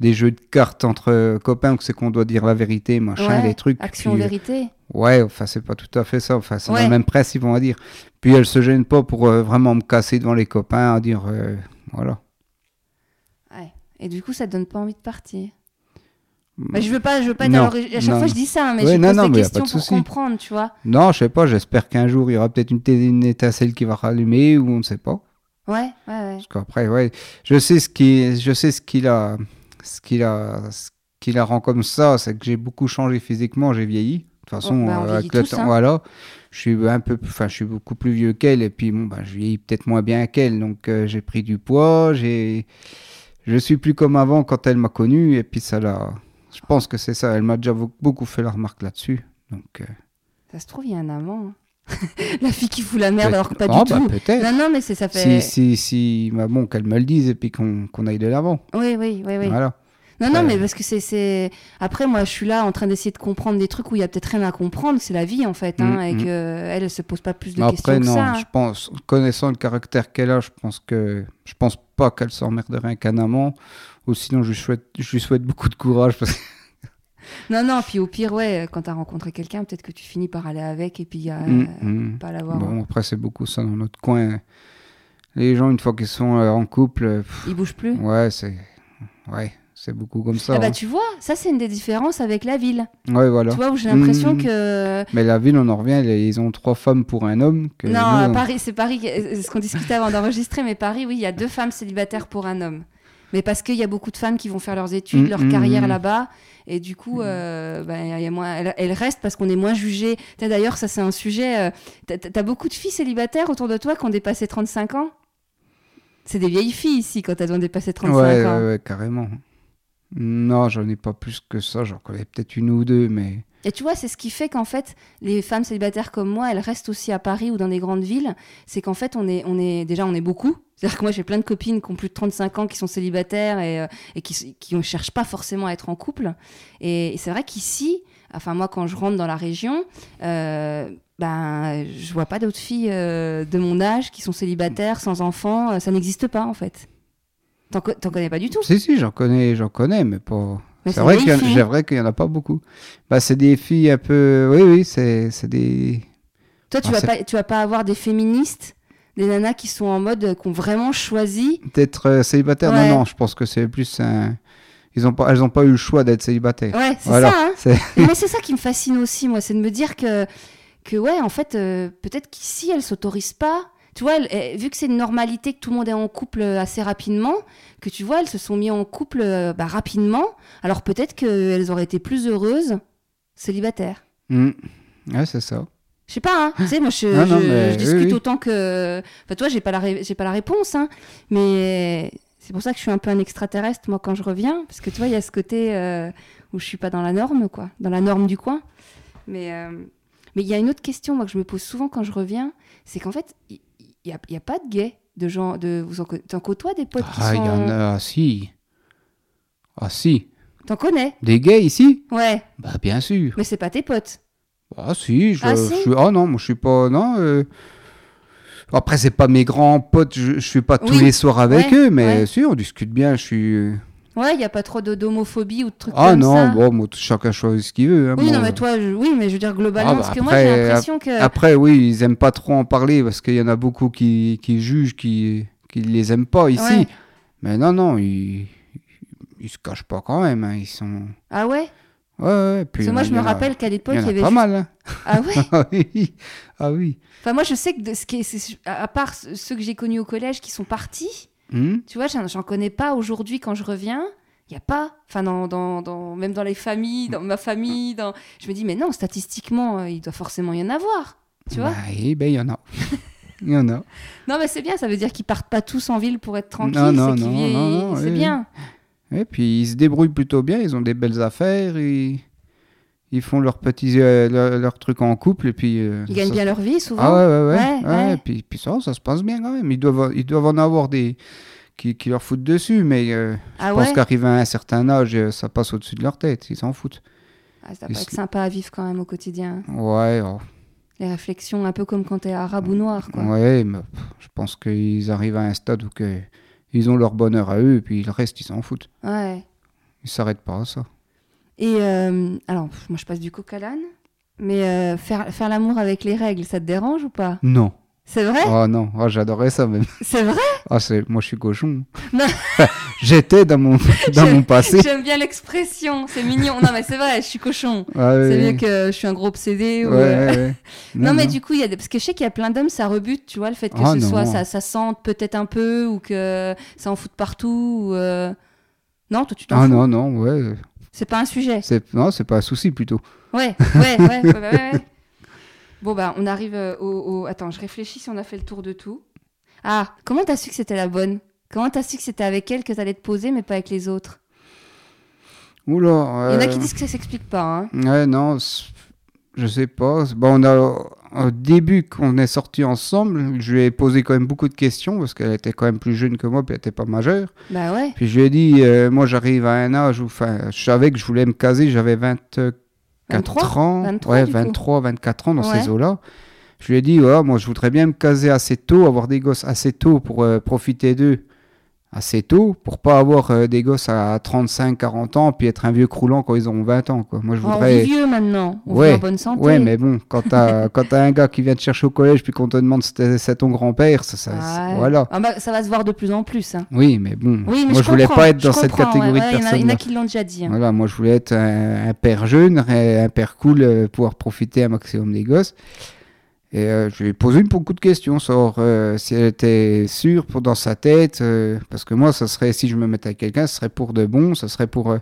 des jeux de cartes entre euh, copains où c'est qu'on doit dire la vérité, machin,
Ouais,
des trucs.
Action
puis, euh,
vérité
Ouais, enfin, c'est pas tout à fait ça. Enfin, c'est dans
Ouais.
le même principe, on va dire. Puis elle se gêne pas pour euh, vraiment me casser devant les copains, à dire euh, voilà.
Ouais. Et du coup, ça te donne pas envie de partir
Mm.
Bah, je veux pas, je veux pas. être dans
Non,
leur- à chaque
non.
fois, je dis ça, hein, mais
Ouais,
je
non,
pose
non,
des
mais y a pas de
questions pour
souci.
comprendre, tu vois.
Non, je sais pas, j'espère qu'un jour il y aura peut-être une, té- une étincelle qui va rallumer ou on ne sait pas.
Ouais, ouais, ouais.
Parce qu'après, ouais, je sais ce qui, je sais ce qu'il a, ce qu'il a, ce qui la rend comme ça, c'est que j'ai beaucoup changé physiquement, j'ai vieilli. De toute façon,
bah, on
euh,
vieillit
avec le
tous,
temps,
hein.
voilà, je suis un peu, plus- enfin, je suis beaucoup plus vieux qu'elle et puis bon, bah, je vieillis peut-être moins bien qu'elle, donc euh, j'ai pris du poids, j'ai, je suis plus comme avant quand elle m'a connu et puis ça l'a, je pense que c'est ça, elle m'a déjà vo- beaucoup fait la remarque là-dessus, donc. euh,
Ça se trouve, il y a un amant. hein. la fille qui fout la merde alors que pas
Ah,
du
bah,
tout.
peut-être.
Non, non, mais c'est ça fait.
Si, si, si, bah bon, qu'elle me le dise et puis qu'on qu'on aille de l'avant.
Oui, oui, oui, oui.
Voilà.
Non, non,
Ouais.
mais parce que c'est- c'est. Après, moi, je suis là en train d'essayer de comprendre des trucs où il y a peut-être rien à comprendre. C'est la vie, en fait, hein,
Mm,
et
mm.
que elle, elle se pose pas plus de
Mais
questions
Après,
que
non,
ça. hein.
je pense, connaissant le caractère qu'elle a, je pense que je pense pas qu'elle s'emmerderait qu'un amant. Ou sinon, je lui souhaite, je lui souhaite beaucoup de courage parce que
hein. Non, non. Puis au pire, ouais, quand t'as rencontré quelqu'un, peut-être que tu finis par aller avec et puis euh,
Mm, mm.
pas l'avoir. hein.
bon, après c'est beaucoup ça dans notre coin. Les gens une fois qu'ils sont euh, en couple, euh, pff,
Il bouge plus.
ouais, c'est, ouais, c'est beaucoup comme ça.
ah bah
hein.
tu vois, ça c'est une des différences avec la ville.
Ouais, voilà.
Tu vois où j'ai l'impression
Mm.
que
Mais la ville, on en revient, les- ils ont trois femmes pour un homme. Que
Non,
nous,
à
on-
Paris, c'est Paris, qui- c'est ce qu'on discutait avant d'enregistrer, mais Paris, oui, il y a deux femmes célibataires pour un homme. Mais parce qu'il y a beaucoup de femmes qui vont faire leurs études,
Mm,
leur
mm,
carrière
mm.
là-bas, et du coup,
Hmm.
euh, ben, il y a moins, elles, elles restent parce qu'on est moins jugé. D'ailleurs, ça c'est un sujet. euh, t'as- T'as t'as beaucoup de filles célibataires autour de toi qui ont dépassé 35 ans C'est des vieilles filles ici quand elles ont dépassé 35
ouais,
ans.
ouais, ouais, carrément. Non, j'en ai pas plus que ça. J'en connais peut-être une ou deux, mais
Et tu vois, c'est ce qui fait qu'en fait, les femmes célibataires comme moi, elles restent aussi à Paris ou dans des grandes villes. C'est qu'en fait, on est, on est, déjà, on est beaucoup. C'est-à-dire que moi, j'ai plein de copines qui ont plus de 35 ans, qui sont célibataires et, euh, et qui, qui ne cherchent pas forcément à être en couple. Et, et c'est vrai qu'ici, enfin, moi, quand je rentre dans la région, euh, ben, je vois pas d'autres filles euh, de mon âge qui sont célibataires, sans enfants. Euh, Ça n'existe pas, en fait. T'en co- t'en connais pas du tout. hein.
Si, si, j'en connais, j'en connais, mais pas.
Mais
C'est vrai
des
qu'il y, en-
filles.
c'est vrai qu'il y en a pas beaucoup. Bah, c'est des filles un peu. Oui, oui, c'est c'est des.
Toi, tu
Ah,
vas
c'est-
pas, tu vas pas avoir des féministes, des nanas qui sont en mode, euh, qui ont vraiment choisi.
D'être euh, célibataire,
Ouais.
non, non, je pense que c'est plus un. Ils ont pas, elles n'ont pas eu le choix d'être célibataires.
Ouais, c'est
Voilà.
ça. Hein
C'est-
Mais c'est ça qui me fascine aussi, moi, c'est de me dire que, que ouais, en fait, euh, peut-être qu'ici, elles s'autorisent pas. Tu vois, elles- elles- vu que c'est une normalité que tout le monde est en couple euh, assez rapidement, que tu vois, elles se sont mis en couple euh, bah, rapidement, alors peut-être qu'elles auraient été plus heureuses célibataires.
Mm. Ouais, c'est ça.
Je sais pas, hein. tu sais, moi je,
Ah Non, non,
je-
mais
je discute
oui, oui.
autant que. Enfin, toi, j'ai pas la, ré- j'ai pas la réponse, hein. Mais c'est pour ça que je suis un peu un extraterrestre, moi, quand je reviens. Parce que tu vois, il y a ce côté euh, où je suis pas dans la norme, quoi. Dans la norme du coin. Mais euh, mais il y a une autre question, moi, que je me pose souvent quand je reviens. C'est qu'en fait, il y, a, y a pas de gays, de gens. De, vous en, co- t'en côtoies des potes qui
Ah, il
sont. euh,
y en a, ah, si. Ah, si.
T'en connais
Des gays ici
Ouais,
Bah, bien sûr.
mais c'est pas tes potes.
Ah si, je,
Ah,
je
si
suis. Ah non, moi je suis pas. Non. euh, Après c'est pas mes grands potes, je, je suis pas tous
Oui,
les soirs avec
ouais,
eux, mais
ouais.
si on discute bien. Je suis. euh.
Ouais, il y a pas trop de- d'homophobie ou de trucs
Ah
comme
non,
ça.
bon, moi, chacun choisit ce qu'il veut. hein,
Oui,
bon.
non, mais toi, je- oui, mais je veux dire globalement,
Ah, bah,
parce que moi, j'ai
après,
l'impression que.
Après oui, ils aiment pas trop en parler parce qu'il y en a beaucoup qui, qui jugent, qui qui les aiment pas ici.
Ouais.
Mais non non, ils ils se cachent pas quand même. hein, Ils sont.
Ah ouais
Ouais, ouais.
Parce
Puis il y
que moi,
en
je
a-
me rappelle qu'à
Il
l'époque,
y
il y
en a
avait.
pas
juste-
mal. hein.
Ah ouais
ah oui, ah oui.
Enfin, moi, je sais que de ce qui est- c'est- à part ce- ceux que j'ai connus au collège qui sont partis,
Hmm.
tu vois, j'en j'en connais pas aujourd'hui quand je reviens. Il n'y a pas, enfin, dans, dans, dans- même dans les familles, dans ma famille, dans... je me dis, mais non, statistiquement, euh, il doit forcément y en avoir. Tu vois
Bah, eh ben il y en a. Il y en a.
Non, mais c'est bien, ça veut dire qu'ils partent pas tous en ville pour être tranquilles.
Non, non,
c'est qu'ils
non,
vivent-
non, non,
c'est
oui, oui.
bien.
Et puis ils se débrouillent plutôt bien, ils ont des belles affaires, ils, ils font leurs petits euh, leur, leur truc en couple et puis euh,
Ils gagnent
ça-
bien leur vie souvent.
Ah ouais ouais
Ouais,
ouais. Ouais,
ouais.
et Puis, puis ça ça se passe bien quand même. Ils doivent ils doivent en avoir des qui, qui leur foutent dessus, mais euh,
ah
je
ouais
pense qu'arrivé à un certain âge euh, ça passe au-dessus de leur tête, ils s'en foutent.
Ah, Ça doit
Ils
pas être
se-
sympa à vivre quand même au quotidien.
Ouais oh,
Les réflexions, un peu comme quand t'es arabe ou noir, quoi.
ouais mais pff, je pense qu'ils arrivent à un stade où que ils ont leur bonheur à eux et puis le reste ils s'en foutent.
ouais.
Ils s'arrêtent pas à ça.
Et euh, alors, pff, moi je passe du coq à l'âne, mais euh, faire, faire l'amour avec les règles, ça te dérange ou pas
Non.
C'est vrai
Oh non, oh, j'adorais ça même.
C'est vrai
Ah, c'est... Moi, je suis cochon.
Non.
J'étais dans mon, dans
Je-
mon passé.
J'aime bien l'expression, c'est mignon. Non mais c'est vrai, je suis cochon.
Ouais,
C'est
ouais,
mieux que je suis un gros obsédé.
Ah, ouais,
ou, euh,
ouais, ouais.
Non, mais du coup, il y a des- parce que je sais qu'il y a plein d'hommes, ça rebute, tu vois, le fait que
Ah,
ce
non.
soit, ça, ça sente peut-être un peu ou que ça en fout de partout. ou, euh, Non, toi tu t'en
Ah
fous.
non, non, ouais.
C'est pas un sujet.
C'est... Non, c'est pas un souci plutôt.
Ouais, ouais, ouais, ouais, ouais, ouais, ouais. Bon, bah, on arrive euh, au, au- Attends, je réfléchis si on a fait le tour de tout. Ah, comment t'as su que c'était la bonne Comment t'as su que c'était avec elle que t'allais te poser, mais pas avec les autres
Oula.
Il y en a
euh,
qui disent que ça s'explique pas, hein.
Ouais, non, c'est- je sais pas. Bon, on a... Au début, qu'on est sortis ensemble, je lui ai posé quand même beaucoup de questions parce qu'elle était quand même plus jeune que moi, puis elle était pas majeure.
Bah ouais.
Puis je lui ai dit, euh, moi, j'arrive à un âge où. Enfin, je savais que je voulais me caser, j'avais 24
23
ans,
23,
ouais,
du coup.
23, 24 ans dans
Ouais.
ces eaux-là. Je lui ai dit, voilà, moi je voudrais bien me caser assez tôt, avoir des gosses assez tôt pour euh, profiter d'eux assez tôt, pour pas avoir euh, des gosses à 35, 40 ans, puis être un vieux croulant quand ils auront 20 ans. Quoi. Moi je
Oh, On
voudrais...
vit vieux maintenant. On
Ouais,
vit en bonne santé.
ouais, mais bon, quand t'as quand t'as un gars qui vient te chercher au collège, puis qu'on te demande si t'es- c'est ton grand-père, ça, ça-
Ah
c'est-
ouais.
voilà.
Ah bah, ça va se voir de plus en plus, hein.
Oui, mais bon,
Oui, mais
moi je, voulais
comprends,
pas être dans
je
cette
comprends, ouais,
catégorie
ouais, il
de
y en a-
personnes.
Il y en a qui l'ont déjà dit. hein.
Voilà, moi je voulais être un, un père jeune, un un père cool, euh, pouvoir profiter un maximum des gosses. Et euh, je lui ai posé une- beaucoup de questions sur euh, si elle était sûre pour, dans sa tête, euh, parce que moi, ça serait, si je me mettais avec quelqu'un, ce serait pour de bon, ça serait pour. euh,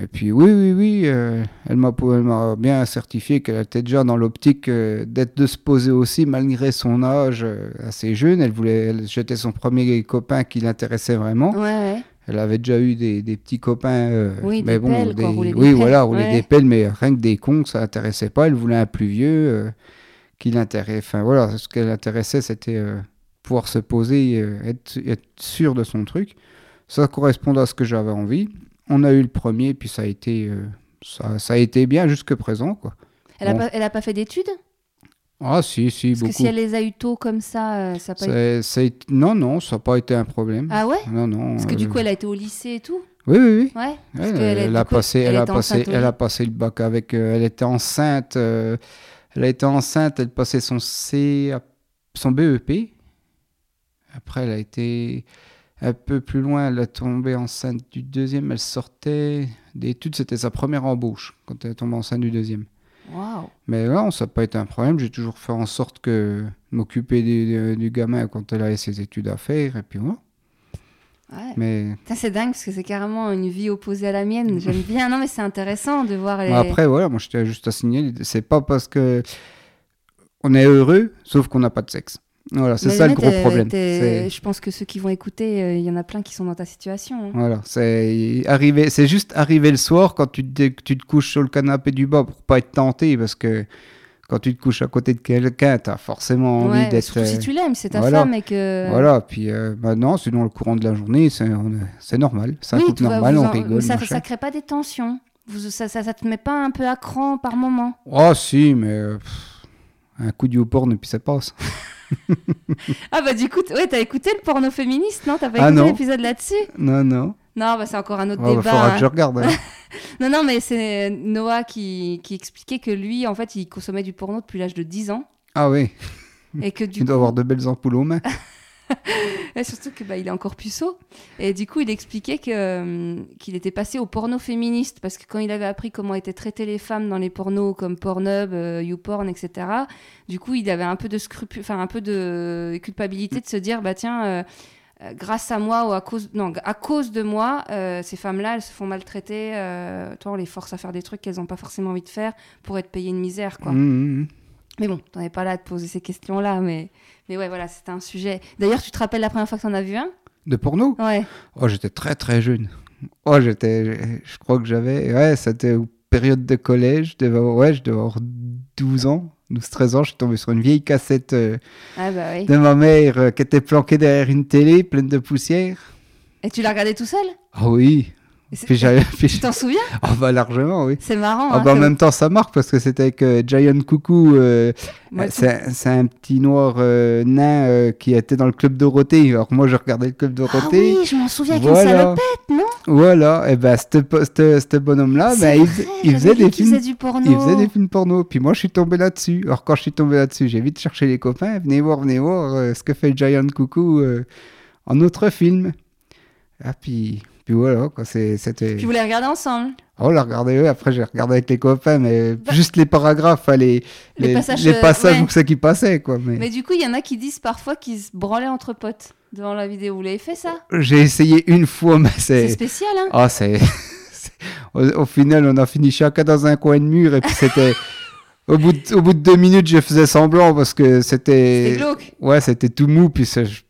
et puis oui, oui, oui, euh, elle m'a pou- elle m'a bien certifié qu'elle était déjà dans l'optique euh, d'être de se poser aussi, malgré son âge euh, assez jeune. Elle voulait, elle- j'étais son premier copain qui l'intéressait vraiment.
Ouais, ouais.
Elle avait déjà eu des, des petits copains. euh,
Oui,
mais
des
bon,
pelles, quoi, rouler des
oui,
pelles,
voilà, rouler
ouais.
des pelles, mais rien que des cons, ça l'intéressait pas. Elle voulait un plus vieux euh, qui l'intéressait. Enfin, voilà, ce qui l'intéressait, c'était euh, pouvoir se poser, euh, être, être sûr de son truc. Ça correspondait à ce que j'avais envie. On a eu le premier, puis ça a été, euh, ça, ça a été bien jusque présent, quoi.
Elle n'a
Bon.
pas, elle a pas fait d'études
Ah, si, si,
Parce que
beaucoup.
si elle les a eu tôt comme ça, euh, ça n'a pas eu-
C'est- c'est- Non, non, ça n'a pas été un problème.
Ah ouais
Non, non.
Parce que
euh,
du coup, elle a été au lycée et tout
Oui, oui, oui.
Ouais.
Ouais,
Parce
elle,
que elle est- du
a
coup,
passé,
elle
elle, a
était
passé,
enceinte au
elle
lit.
a passé le bac avec. euh, elle était enceinte. euh, elle a été enceinte. Elle passait son C, son BEP. Après, elle a été un peu plus loin. Elle a tombé enceinte du deuxième. Elle sortait d'études. C'était sa première embauche quand elle est tombée enceinte du deuxième.
Waouh
Mais non, ça n'a pas été un problème. J'ai toujours fait en sorte que m'occuper du, du gamin quand elle avait ses études à faire. Et puis voilà.
Ouais.
Mais
Putain, C'est dingue parce que c'est carrément une vie opposée à la mienne. J'aime bien. Non, mais c'est intéressant de voir les.
Mm. Bon, Après, voilà, moi, je tiens juste à signaler, c'est pas parce que on est heureux, sauf qu'on n'a pas de sexe. Voilà, c'est
Mais
ça le
là,
gros
t'es-
problème.
t'es- euh,
C'est-
Je pense que ceux qui vont écouter, euh, il y en a plein qui sont dans ta situation. hein.
Voilà, c'est arriver, c'est juste arriver le soir quand tu te, tu te couches sur le canapé du bas pour pas être tenté, parce que quand tu te couches à côté de quelqu'un, t'as forcément envie
Ouais,
d'être. euh,
surtout si tu l'aimes, c'est ta
voilà.
femme et que.
Voilà, puis euh, maintenant, sinon le courant de la journée, c'est on- c'est normal, c'est un
oui,
couple
tu vas
normal,
vous
on
en-
rigole.
Ça,
machin.
ça crée pas des tensions. Vous, ça, ça, ça te met pas un peu à cran par moment.
Oh si, mais euh, pff, un coup du porn et puis ça passe.
Ah bah du coup, t- ouais, t'as écouté le porno féministe, non T'as pas
Ah
écouté
non.
l'épisode là-dessus
Non, non.
Non, bah c'est encore un autre
Il
débat.
faudra
hein.
que je regarde. alors.
Non, non, mais c'est Noah qui, qui expliquait que lui, en fait, il consommait du porno depuis l'âge de 10 ans.
ah oui.
Et que du
Tu dois
coup- Ah,
avoir de belles ampoules aux mains.
Et surtout que bah, il est encore puceau. Et du coup, il expliquait que, euh, qu'il était passé au porno féministe parce que quand il avait appris comment étaient traitées les femmes dans les pornos comme Pornhub, euh, YouPorn, etc. Du coup, il avait un peu de scrupule, enfin un peu de culpabilité de se dire bah tiens. euh, euh, Grâce à moi ou à cause non à cause de moi, euh, ces femmes-là, elles se font maltraiter. euh, toi, on les force à faire des trucs qu'elles n'ont pas forcément envie de faire pour être payées une misère, quoi.
Mmh, mmh.
Mais bon, t'en es pas là à te poser ces questions-là, mais mais ouais, voilà, c'était un sujet. D'ailleurs, tu te rappelles la première fois que t'en as vu un
De porno
Ouais.
Oh, j'étais très très jeune. Oh, j'étais. Je crois que j'avais. Ouais, c'était aux périodes de collège. Je devais avoir- Ouais, je devais avoir 12 ans. 12-13 ans, je suis tombé sur une vieille cassette euh,
Ah bah oui.
de ma mère euh, qui était planquée derrière une télé pleine de poussière.
Et tu l'as regardé tout seul
Ah oui.
Et c'est-
Puis j'avais. puis
Tu
je-
t'en souviens
Ah bah largement, oui.
C'est marrant.
Ah
hein,
bah en
que-
même temps, ça marque parce que c'était avec euh, Giant Coucou. euh,
Moi,
Euh, C'est c'est un petit noir euh, nain euh, qui était dans le club Dorothée. Alors moi, je regardais le club
Ah
Dorothée.
oui, je m'en souviens avec une
voilà.
salopette, non
Voilà. Et ben, ce bonhomme-là,
C'est
ben, il,
vrai,
il
j'avais vu
faisait des
qu'il
films.
faisait du porno.
Il faisait des films porno. Puis moi, je suis tombé là-dessus. Alors quand je suis tombé là-dessus, j'ai vite cherché les copains. Venez voir, venez voir euh, ce que fait Giant Coucou euh, en autre film. Ah puis. Puis voilà, quoi, c'est- c'était...
Puis vous les regardez ensemble.
Oh, on l'a regardé, ouais. après j'ai regardé avec les copains, mais juste les paragraphes, hein, les,
Bah. Les passages,
les
euh,
passages
ouais.
où c'est qui passait, quoi. mais-
Mais du coup, il y en a qui disent parfois qu'ils se branlaient entre potes devant la vidéo. Vous l'avez fait ça
J'ai essayé une fois, mais
C'est
c'est.
spécial, hein
Ah, c'est. c'est- Au, au final, on a fini chacun dans un coin de mur et puis c'était. au, bout de, au bout de deux minutes, je faisais semblant parce que
C'était
c'était.
glauque.
Ouais, c'était tout mou, puis c'est- je-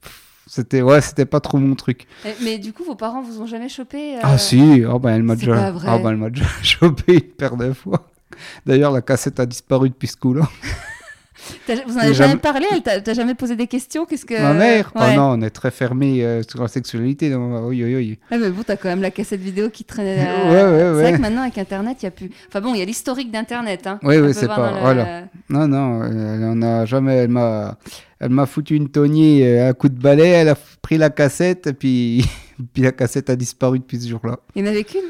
c'était. Ouais, c'était pas trop mon truc.
Et- Mais du coup, vos parents vous ont jamais chopé euh,
Ah, si, ah ben, elle m'a
c'est
déjà.
pas vrai.
Ah, ben, elle m'a déjà chopé une paire de fois. D'ailleurs, la cassette a disparu depuis ce coup-là.
t'as- Vous en avez
J'ai
jamais
jamais-
parlé Elle t'a t'as jamais posé des questions Qu'est-ce que
Ma mère, ah
Euh, Ouais.
non, on est très fermé euh, sur la sexualité. donc, oui, oui, oui.
Ouais, mais bon, t'as quand même la cassette vidéo qui traînait.
Ouais, ouais,
C'est vrai
ouais.
que maintenant, avec Internet, il y a plus. Enfin bon, il y a l'historique d'Internet. Hein.
Ouais,
On
ouais,
peut
c'est
voir
pas-
dans
voilà. Non, non, euh, elle en a jamais. Elle m'a, elle m'a foutu une tonnée, euh, un coup de balai, elle a f- pris la cassette, et puis, puis la cassette a disparu depuis ce jour-là.
Il n'y en avait qu'une.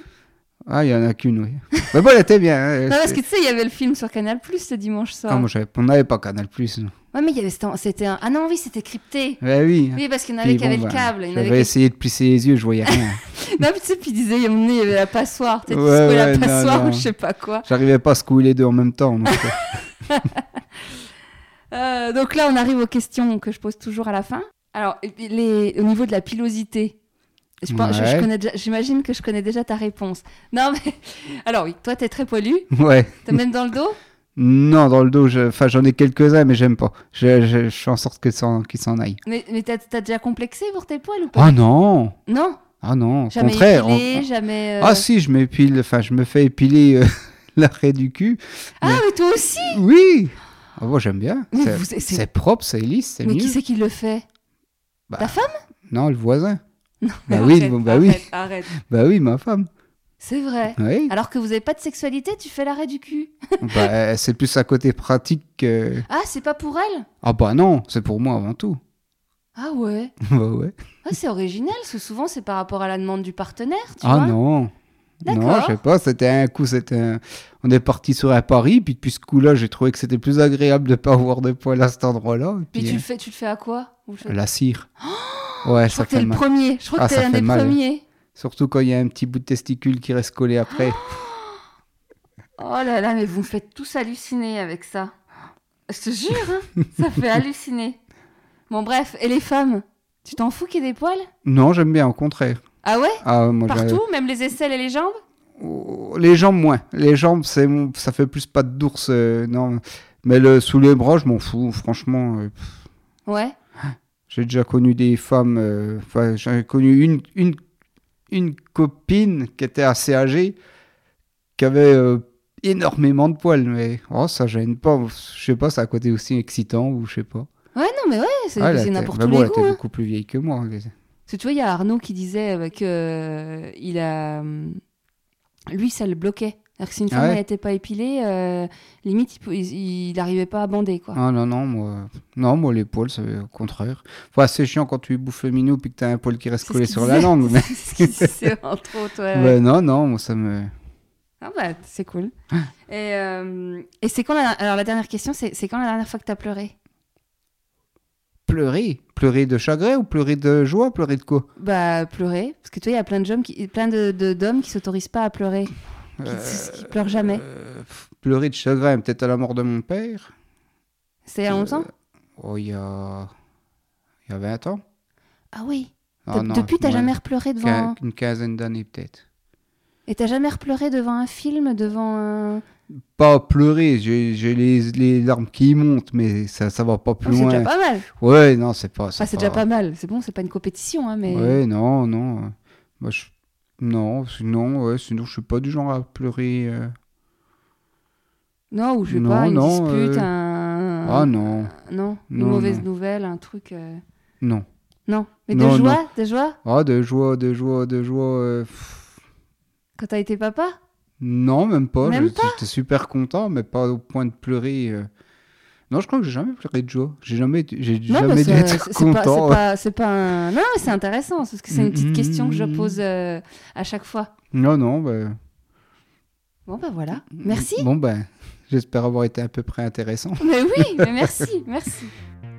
Ah, il y en a qu'une, oui. Mais bon, elle était bien. hein,
Non, parce
c'est-
que tu sais, il y avait le film sur Canal Plus ce dimanche soir.
Ah, moi, j'avais- on n'avait pas Canal Plus.
Ouais, mais il y avait. c'était- C'était un... Ah non, oui, c'était crypté.
Ouais, oui.
Oui, parce qu'il y en
Puis
avait qui
bon,
avaient le
ben,
câble. Il y en
J'avais
avait qui...
essayé de plisser les yeux, je voyais rien.
Non, mais tu sais, puis il disait, il y a un moment donné, il y avait la passoire. Tu sais, tu
Ouais,
secouais la
ouais, non,
passoire ou
non.
je sais pas quoi.
J'arrivais pas à secouer les deux en même temps. donc, euh,
Euh, donc là, on arrive aux questions que je pose toujours à la fin. Alors, les... au niveau de la pilosité, je pense- je- je
Ouais.
connais déjà- j'imagine que je connais déjà ta réponse. Non, mais alors oui, toi, t'es très poilu.
ouais.
T'as même dans le dos
Non, dans le dos, je- enfin, j'en ai quelques-uns, mais j'aime pas. Je, je- je fais en sorte que ça- qu'ils s'en aillent.
Mais, mais t'as t'as déjà complexé pour tes poils ou pas
Oh non
Non
Ah non, au
Jamais
contraire. on-
épilé, jamais... euh,
Ah si, je m'épile, enfin, je me fais épiler euh, l'arrêt du cul.
Ah, mais toi aussi
Oui Ah bon, j'aime bien.
Vous-
C'est-
vous- c'est-
C'est propre, c'est lisse, c'est
Mais qui
mieux.
c'est qui le fait
Bah,
Ta femme
Non, le voisin. Bah oui,
Arrête,
bon, bah oui.
arrête, arrête.
Bah oui, ma femme.
C'est vrai.
Oui.
Alors que vous n'avez pas de sexualité, tu fais l'arrêt du cul.
Bah, euh, c'est plus à côté pratique que...
Ah, c'est pas pour elle
Ah bah non, c'est pour moi avant tout.
Ah ouais.
bah ouais.
Ah, c'est original, parce que souvent c'est par rapport à la demande du partenaire, tu
Ah
vois.
non. Non,
D'accord.
je sais pas, c'était un coup, c'était un- on est parti sur un pari, puis depuis ce coup-là, j'ai trouvé que c'était plus agréable de pas avoir de poils à cet endroit-là. et
Puis
Puis,
tu le fais, tu le fais à quoi Ou je...
euh, la cire. ouais,
je crois
ça
que t'es
fait
le
mal.
premier. Je crois
Ah,
que t'es
ça
l'un
fait
des
mal.
premiers.
Surtout quand il y a un petit bout de testicule qui reste collé après.
Oh là là, mais vous me faites tous halluciner avec ça. Je te jure, hein, ça fait halluciner. Bon bref, et les femmes Tu t'en fous qu'il y ait des poils
Non, j'aime bien, au contraire.
Ah ouais
Ah, moi, j'ai-
Partout, même les aisselles et les jambes
Oh, Les jambes, moins. Les jambes, c'est mon- ça fait plus pas d'ours. euh, non. Mais le, sous les bras, je m'en fous. Franchement, euh, pff,
Ouais.
j'ai déjà connu des femmes. euh, Enfin, j'ai connu une, une, une copine qui était assez âgée, qui avait euh, énormément de poils. Mais oh, ça gêne pas. Je sais pas, c'est à côté aussi excitant ou je sais pas.
Ouais, non, mais ouais, c'est
Ah, elle
c'est
était-
n'importe
bah
tous
bon,
les
elle était
goûts. hein.
beaucoup plus vieille que moi.
Parce que tu vois, il y a Arnaud qui disait euh, que euh, il a, hum, lui, ça le bloquait. C'est-à-dire que si une
Ah
femme
ouais.
n'était pas épilée, euh, limite, il pou- il n'arrivait pas à bander, quoi.
Ah non, non, moi, non, moi les poils, c'est au contraire. Enfin, c'est chiant quand tu bouffes le minou puis que t'as un poil qui reste
C'est
collé
ce qu'il
sur la
disait. Euh.
langue. Mais...
C'est ce qu'il disait, entre autres. ouais, ouais.
Ben non, non, moi, ça me.
Ah bah, c'est cool. Et, euh, et c'est quand la, Alors, la dernière question, c'est c'est quand la dernière fois que t'as pleuré
Pleurer. Pleurer de chagrin ou pleurer de joie Pleurer de quoi
Bah, pleurer. Parce que tu vois, il y a plein de d'hommes qui, plein de, de- d'hommes qui s'autorisent pas à pleurer, qui,
Euh,
qui pleurent jamais.
euh, pff, Pleurer de chagrin, peut-être à la mort de mon père.
C'est il y a longtemps
Oh, il y a. Il y a 20 ans.
Ah oui.
Ah
T'as-
non,
Depuis, t'as
ouais,
jamais repleuré devant.
quin-
un-
Une quinzaine d'années, peut-être.
Et t'as jamais repleuré devant un film, devant un.
Pas pleurer, j'ai j'ai les, les larmes qui montent, mais ça, ça va pas plus
Oh, c'est
loin.
déjà pas mal.
Ouais, non, c'est pas.
Enfin, c'est déjà pas mal. C'est bon, c'est pas une compétition, hein, mais.
Ouais, non, non. euh, Moi, je- Non, sinon, ouais, sinon, je suis pas du genre à pleurer. euh.
Non, ou je sais
Non,
pas, une
non,
dispute,
euh,
un.
Ah non,
Non, une
Non,
mauvaise
non.
nouvelle, un truc. euh,
non.
Non. Mais de
Non,
joie, de joie,
Ah, de joie, de joie, de joie. euh, pff,
quand t'as été papa
Non, même pas.
Même
Je- J'étais super content, mais pas au point de pleurer. euh. Non, je crois que j'ai jamais pleuré de joie. J'ai jamais, été- j'ai
Non,
jamais
parce
dû
que
être
c'est- c'est pas-
content.
c'est pas, c'est pas un. Non, mais c'est intéressant, parce que c'est une petite
Mm,
question que je
mm,
pose euh, à chaque fois.
Non, non. bah,
Bon, bah voilà. Merci.
Bon, ben, j'espère avoir été à peu près intéressant.
Mais oui, mais merci, merci.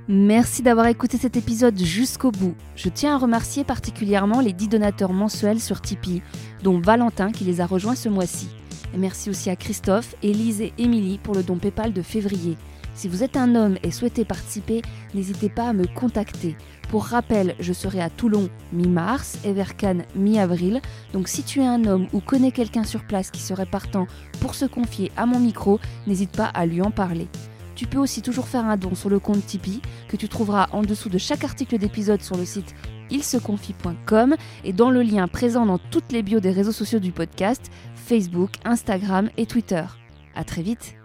Merci d'avoir écouté cet épisode jusqu'au bout. Je tiens à remercier particulièrement les 10 donateurs mensuels sur Tipeee, dont Valentin qui les a rejoints ce mois-ci. Et merci aussi à Christophe, Élise et Émilie pour le don PayPal de février. Si vous êtes un homme et souhaitez participer, n'hésitez pas à me contacter. Pour rappel, je serai à Toulon mi-mars et vers Cannes mi-avril. Donc si tu es un homme ou connais quelqu'un sur place qui serait partant pour se confier à mon micro, n'hésite pas à lui en parler. Tu peux aussi toujours faire un don sur le compte Tipeee que tu trouveras en dessous de chaque article d'épisode sur le site ilseconfie.com et dans le lien présent dans toutes les bios des réseaux sociaux du podcast, Facebook, Instagram et Twitter. À très vite